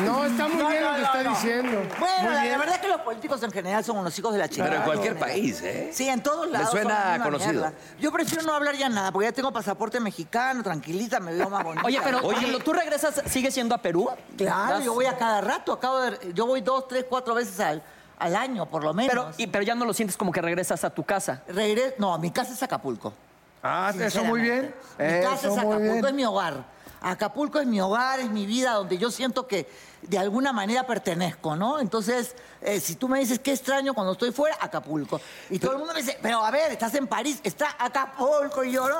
No, está muy
No,
bien
no,
lo que
no,
está
no.
diciendo.
Bueno,
Muy
la, la
bien.
verdad es que los políticos en general son unos hijos de la chica.
Pero en cualquier país, ¿eh?
Sí, en todos
Me
lados. son
suena
la misma
conocido.
mierda. Yo prefiero no hablar ya nada, porque ya tengo pasaporte mexicano, tranquilita, me veo más
(laughs)
bonita.
Oye, pero por
Oye.
ejemplo, ¿tú regresas, sigues siendo a Perú?
Claro,
¿Vas?
yo voy a cada rato, acabo de, yo voy dos, tres, cuatro veces al, al año, por lo menos.
Pero, y- pero ya no lo sientes como que regresas a tu casa.
Regres- no, mi casa es Acapulco.
Ah, eso muy bien.
Mi casa
Eso
es
muy
Acapulco, es
bien.
mi hogar. Acapulco es mi hogar, es mi vida, donde yo siento que de alguna manera pertenezco, ¿no? Entonces, eh, si tú me dices qué extraño cuando estoy fuera, Acapulco. Y todo el mundo me dice, pero a ver, estás en París, está Acapulco. Y yo, no,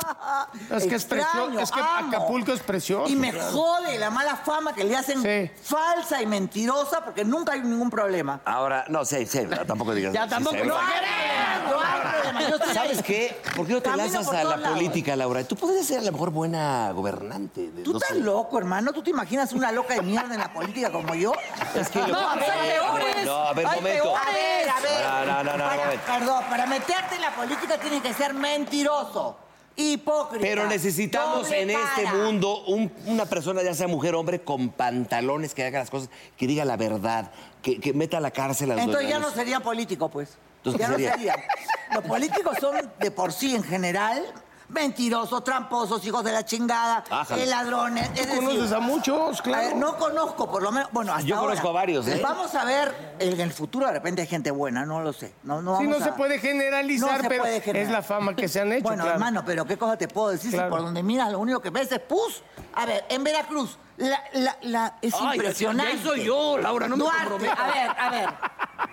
Es que es
extraño,
precio- es que
amo".
Acapulco es precioso,
Y me
claro.
jode la mala fama que le hacen
Sí.
falsa y mentirosa porque nunca hay ningún problema.
Ahora, no, sé, sé, tampoco
(laughs)
digas.
Ya,
sí,
tampoco,
sé.
no,
No hay problema, yo estoy
¿Sabes
ahí.
qué? ¿Por qué no te
Camino
lanzas
por
a
todos
la
lados.
política, Laura? Tú podrías ser a lo mejor buena gobernante. de-
Tú
no
estás
sé.
loco, hermano. ¿Tú te imaginas una loca de mierda en la política como yo?
Es que lo-
No, pues hay peores.
No, a ver,
Hay
momento.
peores.
A ver, a ver.
No, no, no, no,
Para-
momento.
Perdón, para meterte en la política tienes que ser mentiroso, hipócrita.
Pero necesitamos
doble
en este
cara.
mundo un- una persona, ya sea mujer o hombre, con pantalones que haga las cosas, que diga la verdad, que, que meta a la cárcel a los
Entonces ya
los-
no sería político, pues.
Entonces,
ya
¿qué
no
sería?
sería. Los políticos son de por sí en general mentirosos, tramposos, hijos de la chingada,
Ájale.
eh, ladrones. Es decir,
Conoces a muchos,
A ver,
claro.
no conozco, por lo menos. Bueno, hasta
Yo conozco
ahora.
a varios, ¿eh?
Vamos a ver, en el futuro de repente hay gente buena, no lo sé. No, no
Sí,
vamos
no se
a-
puede generalizar,
No se
pero
puede generar.
es la fama que se han hecho.
(laughs) Bueno,
claro.
hermano, pero qué cosa te puedo decir
Claro.
si por donde miras lo único que ves es pus. A ver, en Veracruz, la, la, la- es
Ay,
impresionante.
ya soy yo, Laura, no me
Duarte,
comprometas.
A ver, a ver.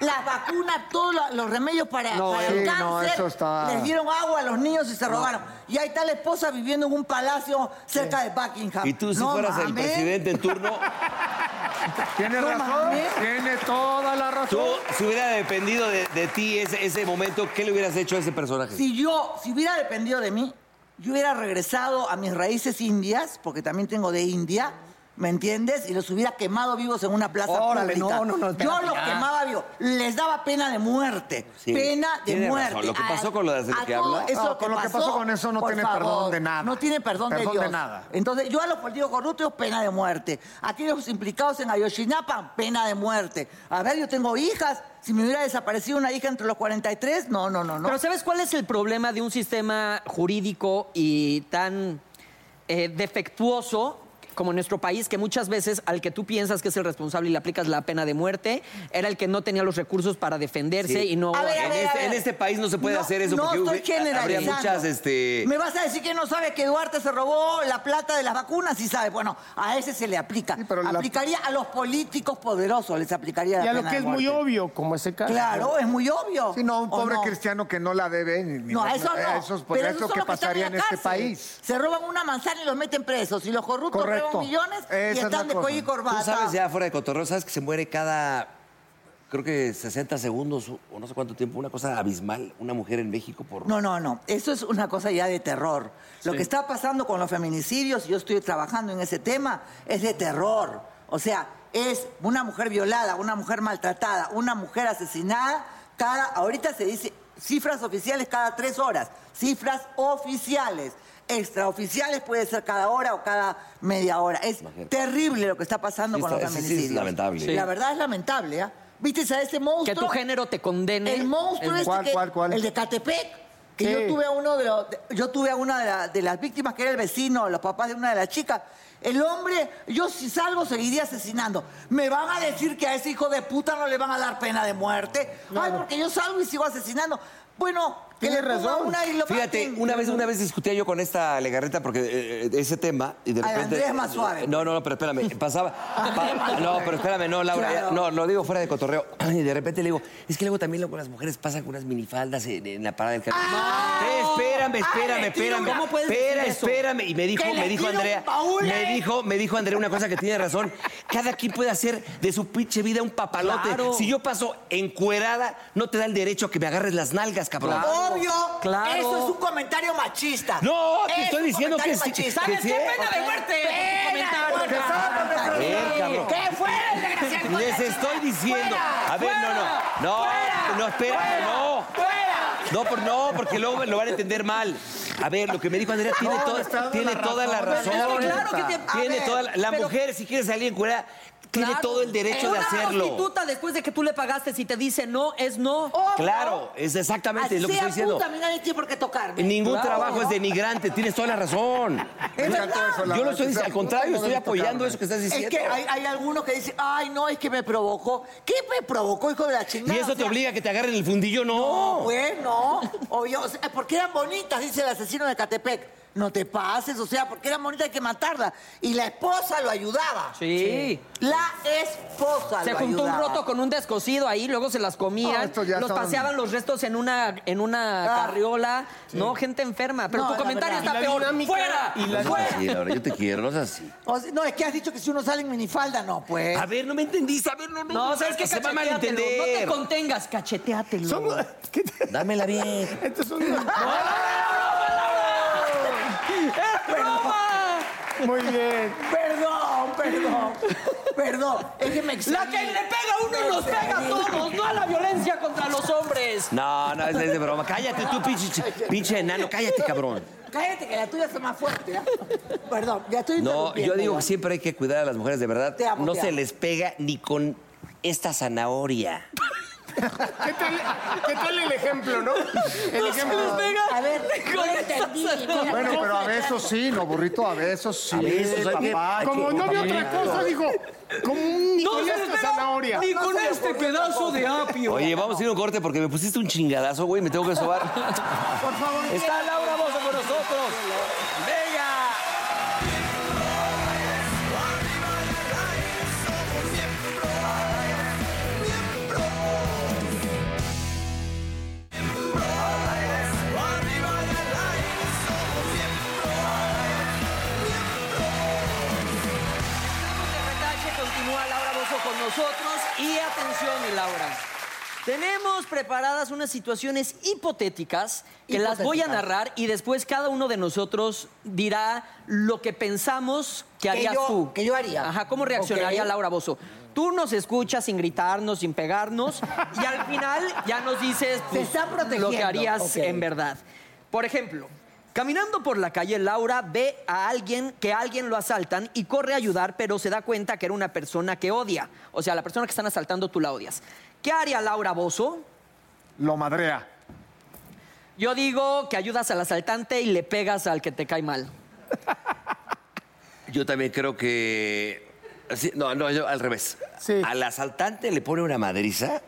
Las vacunas, todos lo- los remedios para,
No,
para el
sí,
cáncer,
no, eso está-
les dieron agua a los niños y se robaron. Y ahí está la esposa viviendo en un palacio cerca de Buckingham.
Y tú, si
No
fueras el
mames.
presidente en turno,
Tiene
No
razón.
mames.
Tiene toda la
tú,
razón.
si hubiera dependido de, de ti ese, ese momento, ¿qué le hubieras hecho a ese personaje?
Si yo, si hubiera dependido de mí, yo hubiera regresado a mis raíces indias, porque también tengo de India, ¿me entiendes? Y los hubiera quemado vivos en una plaza
Órale,
pública.
no, no, no,
yo
espérate,
los
ya.
quemaba vivos. Les daba pena de muerte.
Sí,
pena de
tiene razón.
muerte.
Lo que
A-
pasó con lo de- de
a
que
todo
habla.
eso
No, con lo que pasó con eso no
por
tiene perdón de nada.
No tiene perdón,
Perdón
de
de
Dios.
nada.
Entonces, yo a los políticos corruptos, pena de muerte. Aquí los implicados en Ayotzinapa, pena de muerte. A ver, yo tengo hijas. Si me hubiera desaparecido una hija entre los 43, no, no, no, no.
Pero ¿sabes cuál es el problema de un sistema jurídico y tan eh, defectuoso como en nuestro país, que muchas veces al que tú piensas que es el responsable y le aplicas la pena de muerte, era el que no tenía los recursos para defenderse
Sí.
y no...
A ver, a
En
ver, a
este,
ver.
en este país no se puede
No,
hacer eso
no
porque hub-
estoy
habría
generalizando.
muchas este
Eh,
Me vas a decir que no sabe que Duarte se robó la plata de las vacunas y sabe. Bueno, a ese se le aplica.
Sí, pero la-
Aplicaría a los políticos poderosos, les aplicaría la
Y a lo
pena
que
de
es muy
muerte.
obvio, como ese caso.
Claro, es muy obvio.
Sí, no, un
¿O
pobre cristiano que no la debe. Ni, ni-
No, a eso no.
a esos- pues,
Pero
es lo
esos son
que
los están
pasaría en,
la
este
cárcel.
país.
Se roban una manzana y los meten presos. Y los corruptos
Correcto.
roban millones
Esa es
y
la
están de
cosa.
cuello y
Tú
corbata.
Tú sabes ya fuera de cotorreo, sabes que se muere cada, creo que 60 segundos o no sé cuánto tiempo, una cosa abismal, una mujer en México por...
No, no, no. Eso es una cosa ya de terror. Lo que está pasando con los feminicidios, yo estoy trabajando en ese tema, es de terror. O sea, es una mujer violada, una mujer maltratada, una mujer asesinada. Cada, ahorita se dice cifras oficiales cada tres horas, cifras oficiales. Extraoficiales puede ser cada hora o cada media hora. Es
Imagínate.
terrible lo que está pasando
Sí,
con
está-
los
sí, sí, es
feminicidios.
lamentable. Sí.
La verdad es lamentable, ¿ah? ¿Viste a ese
Que
monstruo?
tu género te condene.
¿Eh?
El monstruo
El-
este
¿Cuál,
que-
cuál, cuál?
El de Catepec. Que
Sí.
yo tuve a uno de los, de- yo tuve a una de, la- de las víctimas que era el vecino, los papás de una de las chicas. El hombre, yo si salgo seguiría asesinando. ¿Me van a decir que a ese hijo de puta no le van a dar pena de muerte? Ay, porque yo salgo y sigo asesinando. Bueno, que le
Tienes
pongan
razón.
una y lo
Fíjate,
maten.
una vez, una vez discutía yo con esta legarreta porque eh, eh, ese tema y de
Ay,
repente.
Andrés más suave.
No, no, no, pero espérame.
(laughs)
Pasaba. pa- no, pero espérame, no, Laura. ya-
Claro.
no, lo digo fuera de cotorreo. (clears throat) Y de repente le digo, es que luego también luego las mujeres pasan con unas minifaldas en, en la parada del camión. Eh, espérame, espérame,
le tiro
espérame.
una- Ah, ¿Cómo
puedes
Espera,
decir eso?
espérame. Y me dijo,
Que le
me dijo
tiro un
Andrea.
baúl,
Me
eh.
dijo, me dijo Andrea una cosa que tiene razón. Cada quien puede hacer de su pinche vida un papalote.
Claro.
Si yo paso encuerada, no te da el derecho a que me agarres las nalgas, cabrón.
Obvio,
Claro.
eso es un comentario machista.
No, te
Es
estoy
un
diciendo que
comentario
sí,
machista.
que
¿Sabes
sí,
qué?
¿eh?
Pena de muerte. Pena de muerte.
A ver, cabrón.
¿Qué fuera el desgraciado? hijo de
Les
la chica?
estoy diciendo.
¡Fuera!
A ver, no,
¡Fuera!
no. No,
¡Fuera!
no, espérame,
¡Fuera!
no.
¡Fuera!
No, por, no, porque luego me lo van a entender mal. A ver, lo que me dijo Andrea tiene, toda- tiene toda la razón.
Pero claro que te- a
tiene
ver,
toda la, la
pero-
mujer, si quiere salir en cuerda, tiene
Claro.
todo el derecho de
Una
hacerlo.
prostituta, después de que tú le pagaste, si te dice no, es no.
Claro, es exactamente
Así
lo que
sea
estoy diciendo.
puta, a mí nadie tiene por qué tocarme.
Ningún
Claro,
trabajo
¿no?
es denigrante, tienes toda la razón.
Me encantó eso,
Yo
Laura,
lo
que
estoy
sea
al
puta,
contrario,
no
estoy
debes
apoyando
tocarme.
eso que estás
Es
diciendo.
que hay, hay algunos que dicen, ay, no, es que me provocó. ¿Qué me provocó, hijo de la chingada?
Y eso
O
te
sea,
obliga a que te agarren el fundillo,
No,
no.
pues, no. Obvio, o sea, porque eran bonitas, dice el asesino de Catepec. No te pases, o sea, porque eran bonitas hay que matarla. Y la esposa lo ayudaba.
Sí.
La esposa
Se
lo
juntó un
ayudaba.
roto con un descosido ahí, luego se las
No,
comían,
esto Ah, ya
los
son-
paseaban los restos en una, en una
Ah.
carriola, ¿no? Gente enferma. Pero
No,
tu
la
comentario
verdad.
está
Y la
peor.
dinámica-
¡Fuera!
y la-
¡Fuera!
pues, Sí, Laura, yo te quiero, no es así.
O sea, no, es que has dicho que si uno sale en minifalda, no, pues.
A ver, no me entendiste. A ver, no, no.
No, ¿sabes qué?
Se va a
Cachetéatelo. No te
malentender.
contengas, cacheteatelo.
Son- ¿Qué te-
Dámela bien.
Estos son...
¡Broma!
Muy bien.
Perdón, perdón. Perdón. Es que me
La que le pega a uno nos pega a todos, no a la violencia contra los hombres.
No, no, es, es de broma. Cállate tú, pinche, pinche enano. Cállate, cabrón.
Cállate que la tuya está más fuerte. ¿eh? Perdón, ya estoy
No, yo
interrumpiendo,
digo
ya.
que siempre hay que cuidar a las mujeres, de verdad.
Te amo,
no
te
se
amo.
les pega ni con esta zanahoria.
¿Qué tal, qué tal el ejemplo,
(laughs)
no? El ejemplo.
A ver,
Con
no lo
esta
entendí.
zanahoria.
Bueno, pero a besos sí, no, burrito, a besos sí.
A besos, hay que-
papá,
Como no vi otra cosa, dijo. Como un
No se
Nicolás
les
con
pega
zanahoria.
Ni con este pedazo de apio.
Oye, vamos a ir a un corte porque me pusiste un chingadazo, güey. Me tengo que sobar.
Por favor.
Está Laura Bozo con nosotros. ¡Venga!
Retache, continúa Laura Bozo con nosotros y atención, mi Laura. Tenemos preparadas unas situaciones hipotéticas que las voy a narrar y después cada uno de nosotros dirá lo que pensamos que harías
yo-
tú.
que yo haría.
Ajá, cómo reaccionaría
Ok.
Laura Bozo. Tú nos escuchas sin gritarnos, sin pegarnos y al final ya nos dices pues,
Se están protegiendo.
lo que harías
Ok.
en verdad. Por ejemplo, caminando por la calle, Laura ve a alguien que a alguien lo asaltan y corre a ayudar, pero se da cuenta que era una persona que odia. O sea, la persona que están asaltando tú la odias. ¿Qué haría Laura Bozo?
Lo madrea.
Yo digo que ayudas al asaltante y le pegas al que te cae mal.
Yo también creo que. sí, no, no, yo al revés.
Sí.
Al asaltante le pone una madriza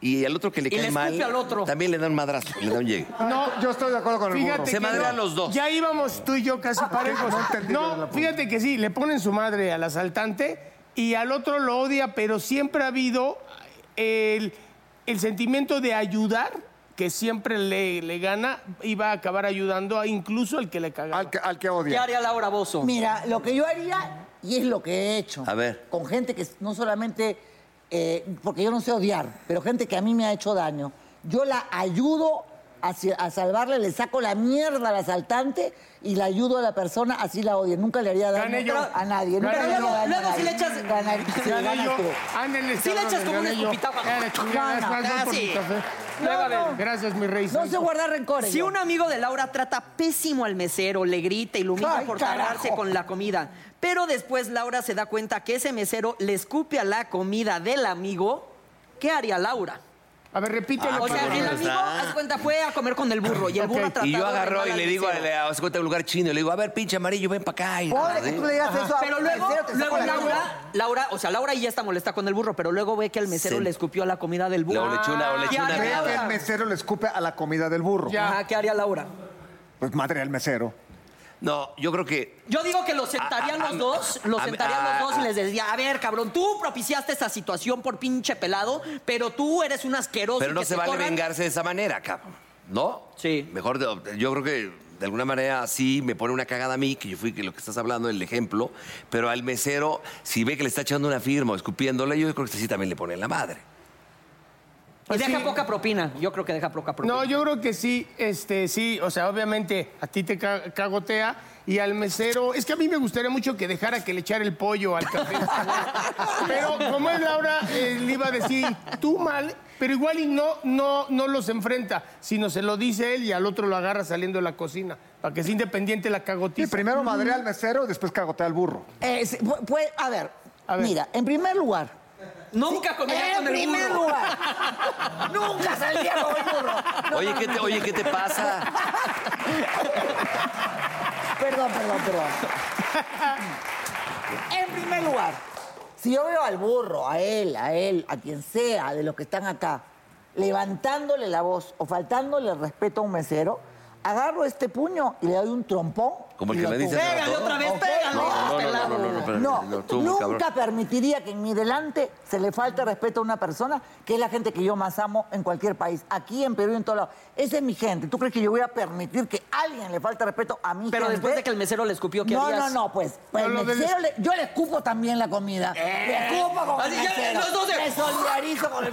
y al otro que le
Y
cae
le escupe
mal.
al otro.
También le da un madrazo, le da un llegue.
No,
Yo estoy de acuerdo con el burro.
Fíjate
Se
que
madrean
no,
los dos.
Ya íbamos tú y yo casi parejos.
no entendí la
No,
pregunta.
fíjate que sí, le ponen su madre al asaltante y al otro lo odia, pero siempre ha habido eh, el, el sentimiento de ayudar que siempre le, le gana y va a acabar ayudando a incluso al que le cagaba.
Al que, al que
¿Qué
odia.
haría Laura Bozo?
Mira, lo que yo haría, y es lo que he hecho.
A ver.
Con gente que no solamente, eh, porque yo no sé odiar, pero gente que a mí me ha hecho daño. Yo la ayudo a, si- a salvarle, le saco la mierda al asaltante y la ayudo a la persona, así la odie. Nunca le haría daño
Gané yo.
a nadie. Nunca
Gané
le haría
yo.
daño a
Luego sí
nadie.
le echas-
Ganar- sí,
Gané
ganas
yo.
tú.
Ándale,
Sí le
cabrón,
echas como
gané
una
yo.
escupitajo.
Ya le chingada,
Gana.
gracias
Ah,
por
sí.
mi café.
Luego,
¿eh? A ver,
no.
Gracias, mi rey.
No se guarda rencores.
Si
yo.
un amigo de Laura trata pésimo al mesero, le grita y lo humilla
Ay,
por tardarse
carajo.
con la comida, pero después Laura se da cuenta que ese mesero le escupe a la comida del amigo, ¿qué haría Laura?
A ver, repítelo.
o
por
sea,
favor.
el amigo,
está.
haz cuenta, fue a comer con el burro y el burro
Ok.
ha tratado
pues, ah. Y yo
de
agarro
mal
y
al
le digo,
mesero.
le hago cuenta un lugar chino, y le digo, a ver, pinche amarillo, ven para acá. y-
Pobre que
¿sí?
tú le digas eso a
Ah, ¿eh? Pero
un
luego,
mesero, te saco
luego
la mierda.
Laura, Laura, o sea, Laura ya está molesta con el burro, pero luego ve que el mesero
Sí.
le escupió la comida del burro.
Luego le echo una, o le echo
Ya,
una.
ya,
Creo
mierda.
que el mesero le escupe a la comida del burro.
Ya.
Ajá, ¿qué haría Laura?
Pues madre al mesero.
No, yo creo que
Yo digo que los sentarían
Ah, ah,
los dos, los
ah,
sentarían
ah,
los dos
ah.
y les decía, a ver, cabrón, tú propiciaste esa situación por pinche pelado, pero tú eres un asqueroso.
Pero
y
no
que
se
te
vale
corran".
vengarse de esa manera, cabrón. ¿No?
Sí.
Mejor, de- yo creo que de alguna manera sí me pone una cagada a mí, que yo fui que lo que estás hablando, el ejemplo, pero al mesero, si ve que le está echando una firma o escupiéndole, yo creo que sí también le pone la madre.
Y
Pues
deja
sí.
poca propina. Yo creo que deja poca propina.
No, yo creo que sí, este, sí, o sea, obviamente a ti te ca- cagotea y al mesero, es que a mí me gustaría mucho que dejara que le echara el pollo al café.
(laughs)
pero como es Laura, eh, le iba a decir, tú mal, pero igual y no, no, no los enfrenta, sino se lo dice él y al otro lo agarra saliendo de la cocina, para que sea independiente la
Y
cagotiza.
primero madre al mesero y después cagotea al burro.
Eh, sí, pu- puede- a ver,
A ver.
mira, en primer lugar,
Nunca comería
en
con el
primer
burro.
lugar, (laughs) nunca saldría con el burro.
Oye, ¿qué te, oye, ¿qué te pasa?
Perdón, perdón, perdón. En primer lugar, si yo veo al burro, a él, a él, a quien sea de los que están acá, levantándole la voz o faltándole el respeto a un mesero, agarro este puño y le doy un trompón.
Como el
y
que
lo
me dice
tumbo.
hace
Pégale
rato.
otra vez, pégale.
No, no, no, no, no, no, no, pero-
No,
no, tú,
nunca
cabrón.
permitiría que en mi delante se le falte respeto a una persona que es la gente que yo más amo en cualquier país, aquí en Perú y en todo lado. Esa es mi gente. ¿Tú crees que yo voy a permitir que a alguien le falte respeto a mi
Pero
gente?
después de que el mesero le escupió, ¿qué
No,
harías?
no, no, pues. pues,
No,
el
lo debes-
mesero le- yo le escupo también la comida. Le escupo con
Así
el
ya,
mesero.
los dos de-
Me solidarizo con el...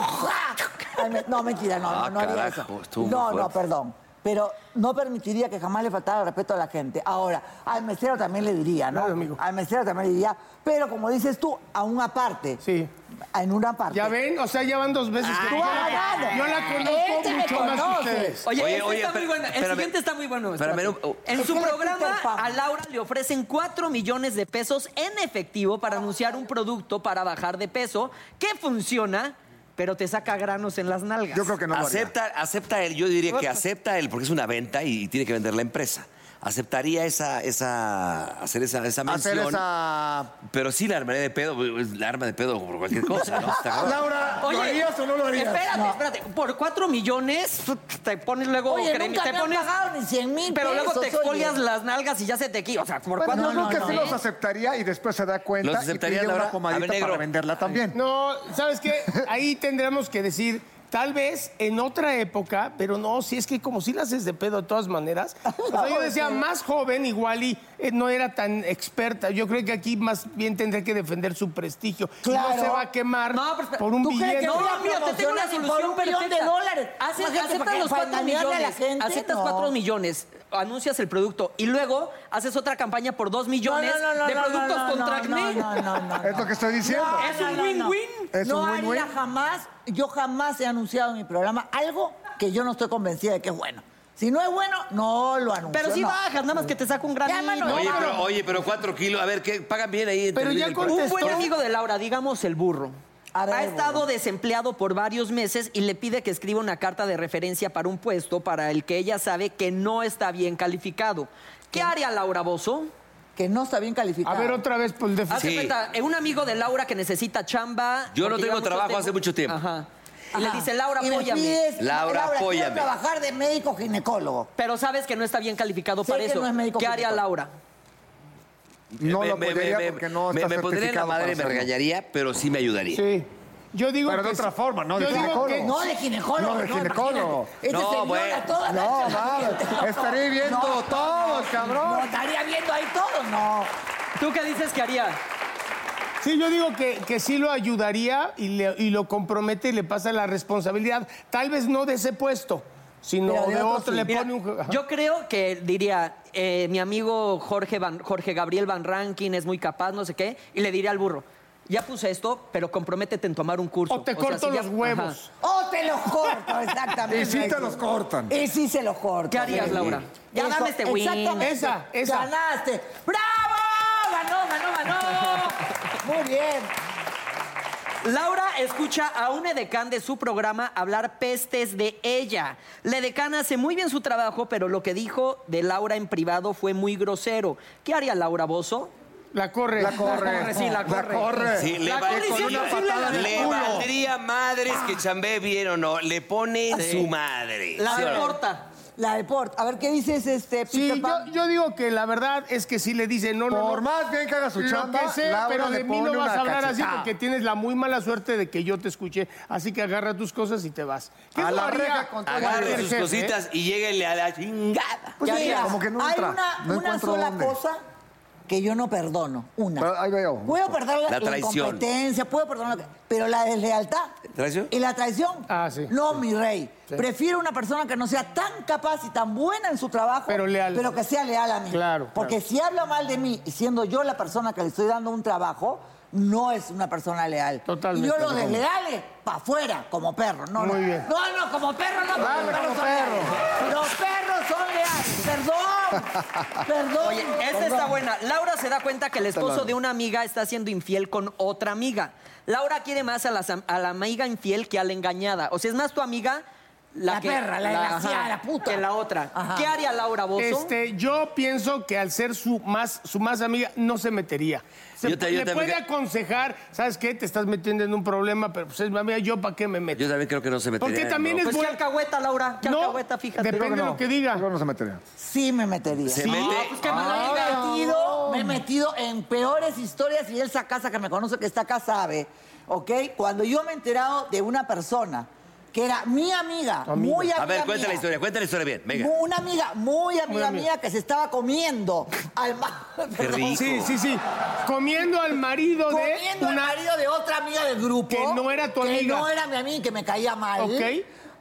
Al me- No, mentira, no, no,
Ah,
no haría
carajo,
eso.
estuvo muy
No, no,
fuerte.
perdón. Pero no permitiría que jamás le faltara el respeto a la gente. Ahora, al mesero también le diría, ¿no?
Claro, amigo.
Al mesero también le diría, pero como dices tú, a una parte.
Sí.
En una parte.
Ya ven, o sea, ya van dos veces que
Tú
yo,
has
la,
ganado.
yo la
Este
conozco
me
mucho más que
conoce.
ustedes.
Oye,
Oye,
este
oye,
está muy
espé-
bueno. El
espérame.
siguiente está muy bueno.
Espérame,
espérate.
oh.
En su
Espérate,
programa,
Peter Pan.
a Laura le ofrecen 4 millones de pesos en efectivo para anunciar un producto para bajar de peso que funciona, pero te saca granos en las nalgas.
Yo creo que no lo haría.
acepta, acepta él, yo diría que acepta él, porque es una venta y tiene que vender la empresa. Aceptaría esa, esa, hacer esa, esa mención.
Hacer esa...
Pero sí la armaré de pedo, güey, es la arma de pedo por cualquier cosa, ¿no? Está cabrón.
Laura,
Oye,
¿lo harías o no lo harías?
Espérate, espérate. Por 4 millones te pones luego
Oye,
crema-
nunca
te
me han
pones-
pagado ni 100 mil
Pero luego te
pesos,
exfolias
oye.
las nalgas y ya se te quita. O sea,
Bueno,
por cuatro
yo creo que sí
¿eh?
millones.
los aceptaría y después se da cuenta
¿Los
y
aceptaría,
pide
Laura?
una
A
comadita
ver, negro.
para venderla también.
No, ¿sabes qué? Ahí tendremos que decir, tal vez en otra época, pero no, si es que como si la haces de pedo de todas maneras. O sea, yo decía, más joven igual y eh, no era tan experta. Yo creo que aquí más bien tendré que defender su prestigio. Y No
Claro.
se va a quemar
No, pero espera,
por un
¿tú crees
billete.
que
No,
Voy a
mira, te tengo una
promocionar y por
solución
un millón de
perfecta.
dólares.
Haces-
Imagínate,
aceptas
para
los
que- para
4
engañarle a la
millones.
gente,
aceptas
no.
4 millones, anuncias el producto y luego haces otra campaña por 2 millones de productos contra acné.
No, no, no, no.
Es lo que estoy diciendo.
Es un win-win.
Es
no
un
haría
win-win.
jamás, yo jamás he anunciado en mi programa algo que yo no estoy convencida de que es bueno. Si no es bueno, no lo anuncio.
Pero sí
no.
bajas, nada más que te saca un gran
Ya, mano,
No,
Oye,
no,
pero, oye, pero cuatro kilos, a ver, ¿qué pagan bien ahí? en
Pero ya
Televisa?
con-
Un buen
Contestó.
amigo de Laura, digamos el burro.
A ver,
ha estado
burro.
desempleado por varios meses y le pide que escriba una carta de referencia para un puesto para el que ella sabe que no está bien calificado. ¿Qué haría Laura Bozo?
¿Qué que no está bien
A
calificado.
ver, otra vez pues, por el
Ah.
déficit.
Haz de
Sí.
cuenta, eh, un amigo de Laura que necesita chamba.
Yo no
porque ya
tengo trabajo hace mucho tiempo.
Ajá. Y le
Ajá.
dice, Laura,
Y me
apóyame.
pides,
Laura,
quiero
apóyame.
trabajar de médico ginecólogo.
Pero sabes que no está bien calificado
Sé
para
que
eso.
no es médico
¿Qué haría
ginecólogo.
Laura?
No
Me-
lo
me-
apoyaría
me-
porque no
me-
está
Me pondría en la
certificado
madre
para
y me
hacerlo.
regañaría, pero sí me ayudaría.
Sí. Yo digo
Pero de
que
otra
sí.
forma, no de
Yo digo que
ginecólogo.
No, de ginecólogo.
No, de ginecólogo.
imagínate. Este
No,
señor
bueno.
a todas las
No,
chicas
mames. Estaré viendo
No,
todos, cabrón.
No, estaría viendo ahí todo, no.
¿Tú qué dices que haría?
Sí, yo digo que, que sí lo ayudaría y, le- y lo compromete y le pasa la responsabilidad. Tal vez no de ese puesto, sino
Pero
de,
de otro
otro.
sí.
Le
Mira,
pone un... Ajá.
yo creo que diría, eh, mi amigo Jorge, Van- Jorge Gabriel Van Rankin es muy capaz, no sé qué, y le diría al burro, ya puse esto, pero comprométete en tomar un curso.
O te
sea,
corto
si ya-
los huevos.
Ajá.
O te los
(laughs)
corto, exactamente.
Y sí te los cortan.
Y sí se los corto.
¿Qué harías,
Sí.
Laura? Ya
Eso,
dame este win.
Exactamente.
Esa, esa.
Ganaste. ¡Bravo! Ganó, ganó, ganó. (laughs) Muy bien.
Laura escucha a un edecán de su programa hablar pestes de ella. La edecán hace muy bien su trabajo, pero lo que dijo de Laura en privado fue muy grosero. ¿Qué haría Laura Bozo?
La corre.
La corre.
sí, la corre.
Sí, le,
La
va-
corre y
con
siempre
una
posible
patada
la
le
culo.
valdría madres
Ah.
que chambé bien o no. Le pone su madre.
La
¿Sí o no?
reporta.
La deporte. A ver, ¿qué dices, este, Peter
Sí, yo,
Pan?
yo digo que la verdad es que si le dicen no, no, no.
Por más bien que haga su
Lo
chamba,
que sé,
Laura
pero
le
de mí no
pone
vas
una
a hablar así
cachetada.
porque tienes la muy mala suerte de que yo te escuché. Así que agarra tus cosas y te vas.
A
no
la
haría
reja con todo
cualquier
Agarre sus
jefe,
cositas y lléguenle a la chingada.
Pues
¿Qué
mira,
harías?
como que no
Hay
entra,
una,
no
una
encuentro
sola
dónde.
cosa que yo no perdono. Una.
Pero ahí veo.
Puedo perdonar la,
La traición.
La incompetencia, puedo perdonar. lo que- Pero la deslealtad.
¿Traición?
Y la traición.
Ah, sí.
No,
Sí.
mi rey. Prefiero una persona que no sea tan capaz y tan buena en su trabajo.
Pero leal.
Pero que sea leal a mí.
Claro,
Porque si habla mal de mí y siendo yo la persona que le estoy dando un trabajo, no es una persona leal.
Totalmente,
Y yo los
lo compro.
desleales, para afuera, como perro. No,
Muy
no.
bien.
No, no, como perro no, porque los perros son leales. Los perros son leales. (laughs) Perdón. Perdón.
Oye, esta
Perdón.
está buena. Laura se da cuenta que el esposo de una amiga está siendo infiel con otra amiga. Laura quiere más a la, a la amiga infiel que a la engañada. O sea, es más tu amiga... La,
La
que-
perra, la desgraciada,
ajá,
la puta.
Que la otra.
Ajá.
¿Qué haría Laura Bozo?
Este, yo pienso que al ser su más, su más amiga, no se metería. Se
Yo te-
pu-
yo
le
también
puede
que-
aconsejar, ¿sabes qué? Te estás metiendo en un problema, pero pues es mi amiga, ¿yo para qué me meto?
Yo también creo que no se metería.
Porque
en
también
bronca.
Pues
bueno.
qué alcahueta, Laura. Qué
no,
alcahueta, fíjate.
depende de lo que diga. Ah,
Yo no se metería.
Sí me metería.
Se
Sí.
mete.
Pues qué mala
Me he
Ah.
idea.
metido, me he metido en peores historias y esa casa que me conoce que está acá sabe, ¿ok? Cuando yo me he enterado de una persona que era mi amiga, muy amiga
A ver, cuenta
mía,
la historia, cuenta la historia bien. Venga.
mu- Una amiga, muy amiga, mía que se estaba comiendo al ma- (laughs)
Qué rico.
Sí, sí, sí. Comiendo al marido
comiendo
de
al
una...
marido de otra amiga del grupo.
Que no era tu
Que
amiga.
no era mi amiga y que me caía mal.
Ok.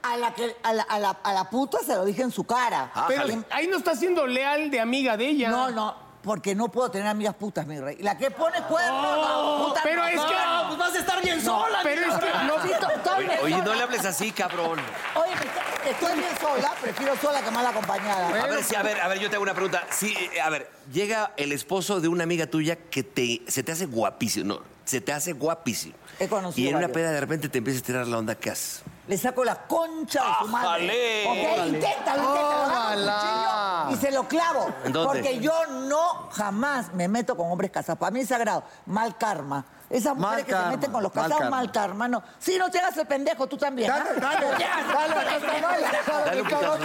A la, que, a, la, a la- a la puta se lo dije en su cara.
Pero
Ájale.
ahí no está siendo leal de amiga de ella.
No, no, porque no puedo tener amigas putas, mi rey. La que pone cuernos, la
Oh,
puta
pero
no.
es que-
No, pues vas a estar bien sola.
pero
mi
es que
rey.
no-
Sí, to- estoy
Oye,
bien
oye, no
sola.
le hables así, cabrón.
Oye, me- estoy bien sola, prefiero sola que mal acompañada.
A ver, sí, a ver, a ver, yo te hago una pregunta. Sí, eh, a ver, llega el esposo de una amiga tuya que te, se te hace guapísimo. No, se te hace guapísimo.
He conocido
Y en una
varios.
peda de repente te empieza a tirar la onda, ¿qué haces?
Le saco la concha de su
¡Ájale!
madre. Ok, inténtalo, inténtalo. agarro el
¡Tómala!
cuchillo Y se lo clavo.
¿En dónde?
Porque yo no jamás me meto con hombres casados. Para mí es sagrado. Mal karma. Esas
Mal
mujeres que
karma,
se meten con los
mal
casados,
karma.
mal karma. No. Si no te hagas el pendejo, tú también. ¿ah?
Dale, dale,
No te hagas el pendejo.
Dale un putazo.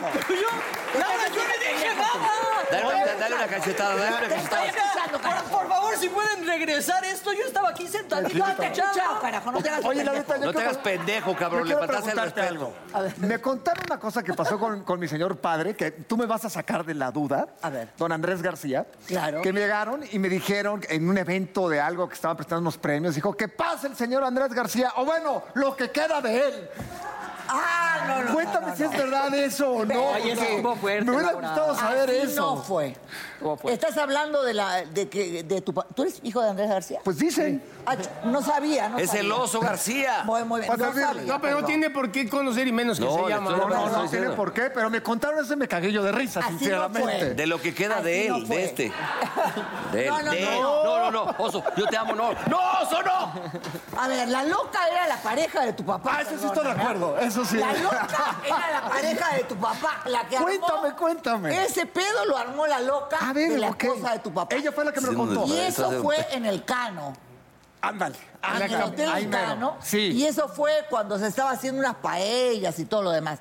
Laura, yo no dije nada.
Dale una, dale una cachetada, dale una
Te estoy
cachetada.
escuchando, carajo.
Por favor, si pueden regresar esto. Yo estaba aquí sentadito.
No te he escuchado, carajo. No te hagas el
Oye, la neta, yo
No te
quiero-
hagas pendejo,
yo
cabrón. Le
quiero
faltaste el
preguntarte
respeto.
algo. Me contaron una cosa que pasó con, con mi señor padre, que tú me vas a sacar de la duda.
A ver.
Don Andrés García.
Claro.
Que me llegaron y me dijeron en un evento de algo que estaban prestando unos premios, dijo, que pase el señor Andrés García, o bueno, lo que queda de él.
Ah, no, no.
Cuéntame
no, no,
si es
no.
verdad eso o no.
Oye, eso
porque
estuvo fuerte,
Me hubiera
Laura.
gustado saber
Así
eso.
no fue. Estás hablando de la de que de tu pa- tú eres hijo de Andrés García.
Pues dicen.
Ah, ch- no sabía, no
Es
sabía.
el oso García.
Muy, muy bien.
Para
No
servirle.
sabía,
No, pero no (laughs)
perdón.
tiene por qué conocer y menos que
No,
se
le
llama.
estoy
No,
hablando.
no, no
estoy
tiene
diciendo.
por qué, pero me contaron ese me cagué yo de risa,
Así no fue.
sinceramente.
De lo que queda de
Así no
él,
fue.
de este. De él,
No, no,
de él.
no.
No, no, no. Oso, yo te amo, no. ¡No, oso, no!
A ver, la loca era la pareja de tu papá.
Ah, eso sí estoy de
perdóname.
acuerdo, eso
eso sí.
La loca era la pareja de tu papá, la que armó-
Cuéntame, cuéntame.
Ese pedo lo armó la loca
A ver,
de la
¿por qué?
esposa de tu papá.
Ella fue la que me lo
Sí,
contó.
no,
Y
Bueno,
eso
entonces-
fue en el Cano.
Ándale.
Ah, En el hotel
Ahí
El
mero.
Cano.
Sí.
Y eso fue cuando se estaba haciendo unas paellas y todo lo demás.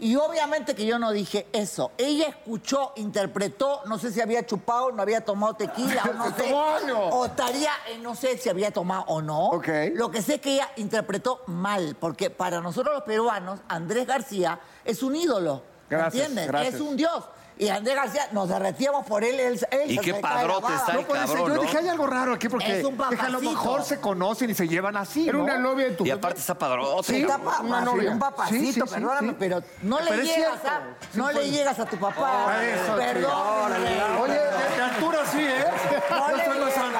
Y obviamente que yo no dije eso. Ella escuchó, interpretó, no sé si había chupado, no había tomado tequila
(laughs)
o no
Se
sé.
tomó algo.
O estaría, eh, no sé si había tomado o no.
Ok.
Lo que sé es que ella interpretó mal, porque para nosotros los peruanos, Andrés García es un ídolo. ¿me
Gracias,
¿Entiendes?
gracias.
Es un dios. Y Andrés García, nos derretíamos por él. él, él
Y
se
qué
me cae la
padrote
baba.
está el
No puede ser,
cabrón,
yo
¿no?
dije hay algo raro aquí porque
Es un
dije, a lo
papacito.
mejor se conocen y se llevan así.
Era
¿no?
una novia de tu
Y aparte está padrote.
Sí,
¿no?
está pa-
una
pa-
novia.
un papacito,
Sí, sí, sí,
perdóname,
sí.
pero no
Pero
le
es
llegas,
cierto.
a,
Sí,
no
pues.
le llegas a tu papá.
Ah, eso,
Perdón, rey,
Oye, de altura sí, ¿eh?
no
Yo
le
soy más
llegas.
alto.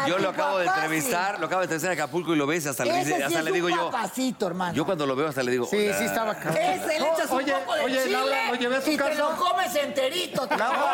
A
Yo
tu
lo acabo de
papá sí.
entrevistar, lo acabo de entrevistar en Acapulco y lo ves, hasta le,
Ese
dice-
sí
hasta
es
le
un
digo yo.
papacito, hermano.
Yo cuando lo veo hasta le digo.
Sí, sí estaba acá.
Ese le echas un
Oye,
poco de
oye,
chile
Laura, lo llevé a su
y
casa.
te lo comes enterito. te-
El burro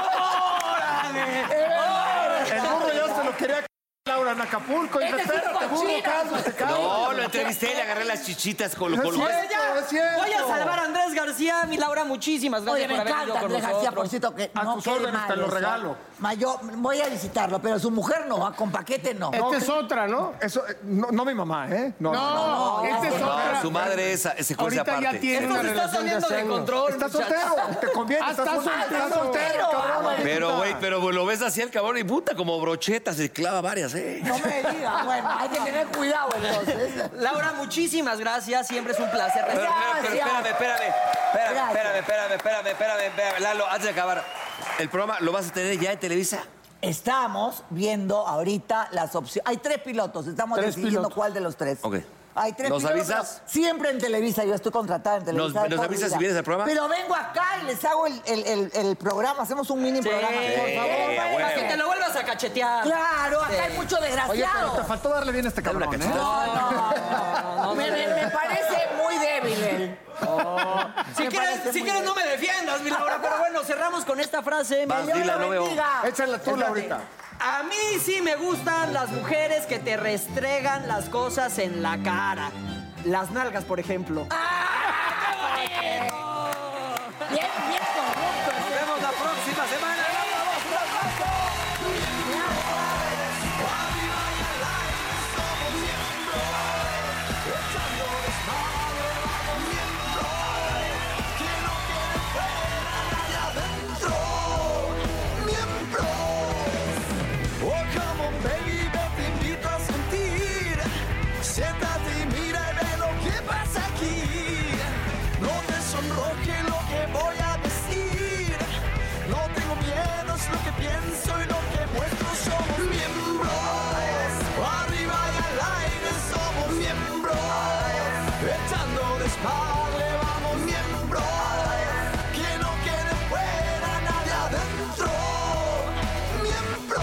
ya se lo quería (laughs) c- Laura en Acapulco. Y
Este
dije,
es un
espérate, burro,
cochino.
cálmate, cálmate.
No, "Oh, lo entrevisté, le agarré las chichitas con lo
Es
colgó.
cierto, es cierto.
Voy a salvar a Andrés García, mi Laura, muchísimas gracias
Oye, me
por haber venido
encanta
con
Andrés García, por
nosotros.
cierto, que
A
no
tus
quede
órdenes,
mal
te lo
eso.
regalo.
Ma, yo voy a visitarlo, pero su mujer no, ah, con paquete no.
Eh,
Esta es otra, ¿no?
Eso, eh, no, no mi mamá, ¿eh? No.
No, esta es otra.
No, Ah, su madre esa, ese cosa
Ahorita ya
aparte.
tiene
Esto
una
se está
relación de
saliendo de
hace años.
control.
Estás
muchachos.
soltero, te conviene.
Ah,
estás
estás
sol-
soltero.
Estás soltero,
Ah,
cabrón.
bueno.
Pero, güey, pero güey, lo ves así al cabrón y puta, como brocheta, se clava varias, ¿eh?
No me digas, bueno, hay que tener cuidado entonces.
Laura, muchísimas gracias, siempre es un placer.
Pero, pero, pero espérame, espérame, espérame,
Gracias.
espérame, espérame, espérame, espérame, espérame, Lalo, antes de acabar, ¿el programa lo vas a tener ya en Televisa?
Estamos viendo ahorita las opciones. Hay tres pilotos, estamos
Tres
decidiendo
pilotos.
cuál de los tres.
Ok.
Hay tres
¿Nos
pilotos.
avisas?
Siempre en Televisa, yo estoy contratada en Televisa.
¿Nos-
de
nos
toda
avisas
vida.
si vienes al programa?
Pero vengo acá y les hago el, el- el- el programa, hacemos un mini programa. Por favor,
a
vengan.
Para que te lo vuelvas a cachetear.
Claro, acá hay mucho
Oye, pero te
desgraciado.
faltó darle bien a este
Dale una
cabrón, ¿eh?
cachetada.
me, me- me parece muy débil eh. él.
Si
Me parece
quieres, si
muy
quieres
bien.
no me defiendas, mi Laura, pero bueno, cerramos con esta frase.
Vas,
Dios
dila,
lo
no veo.
bendiga.
Échala tú, Laurita.
A mí sí me gustan las mujeres que te restregan las cosas en la cara. Las nalgas, por ejemplo.
Bien, bien correcto.
Nos vemos la próxima semana.
Oh, come on, baby, yo te invito a sentir. Siéntate y mira y ve lo que pasa aquí. No te sonroje lo que voy a decir. No tengo miedo, es lo que pienso y lo que muestro. Somos miembros. Arriba y al aire somos miembros. Echando desmadre vamos miembros. Que no quede fuera nadie adentro. Miembros.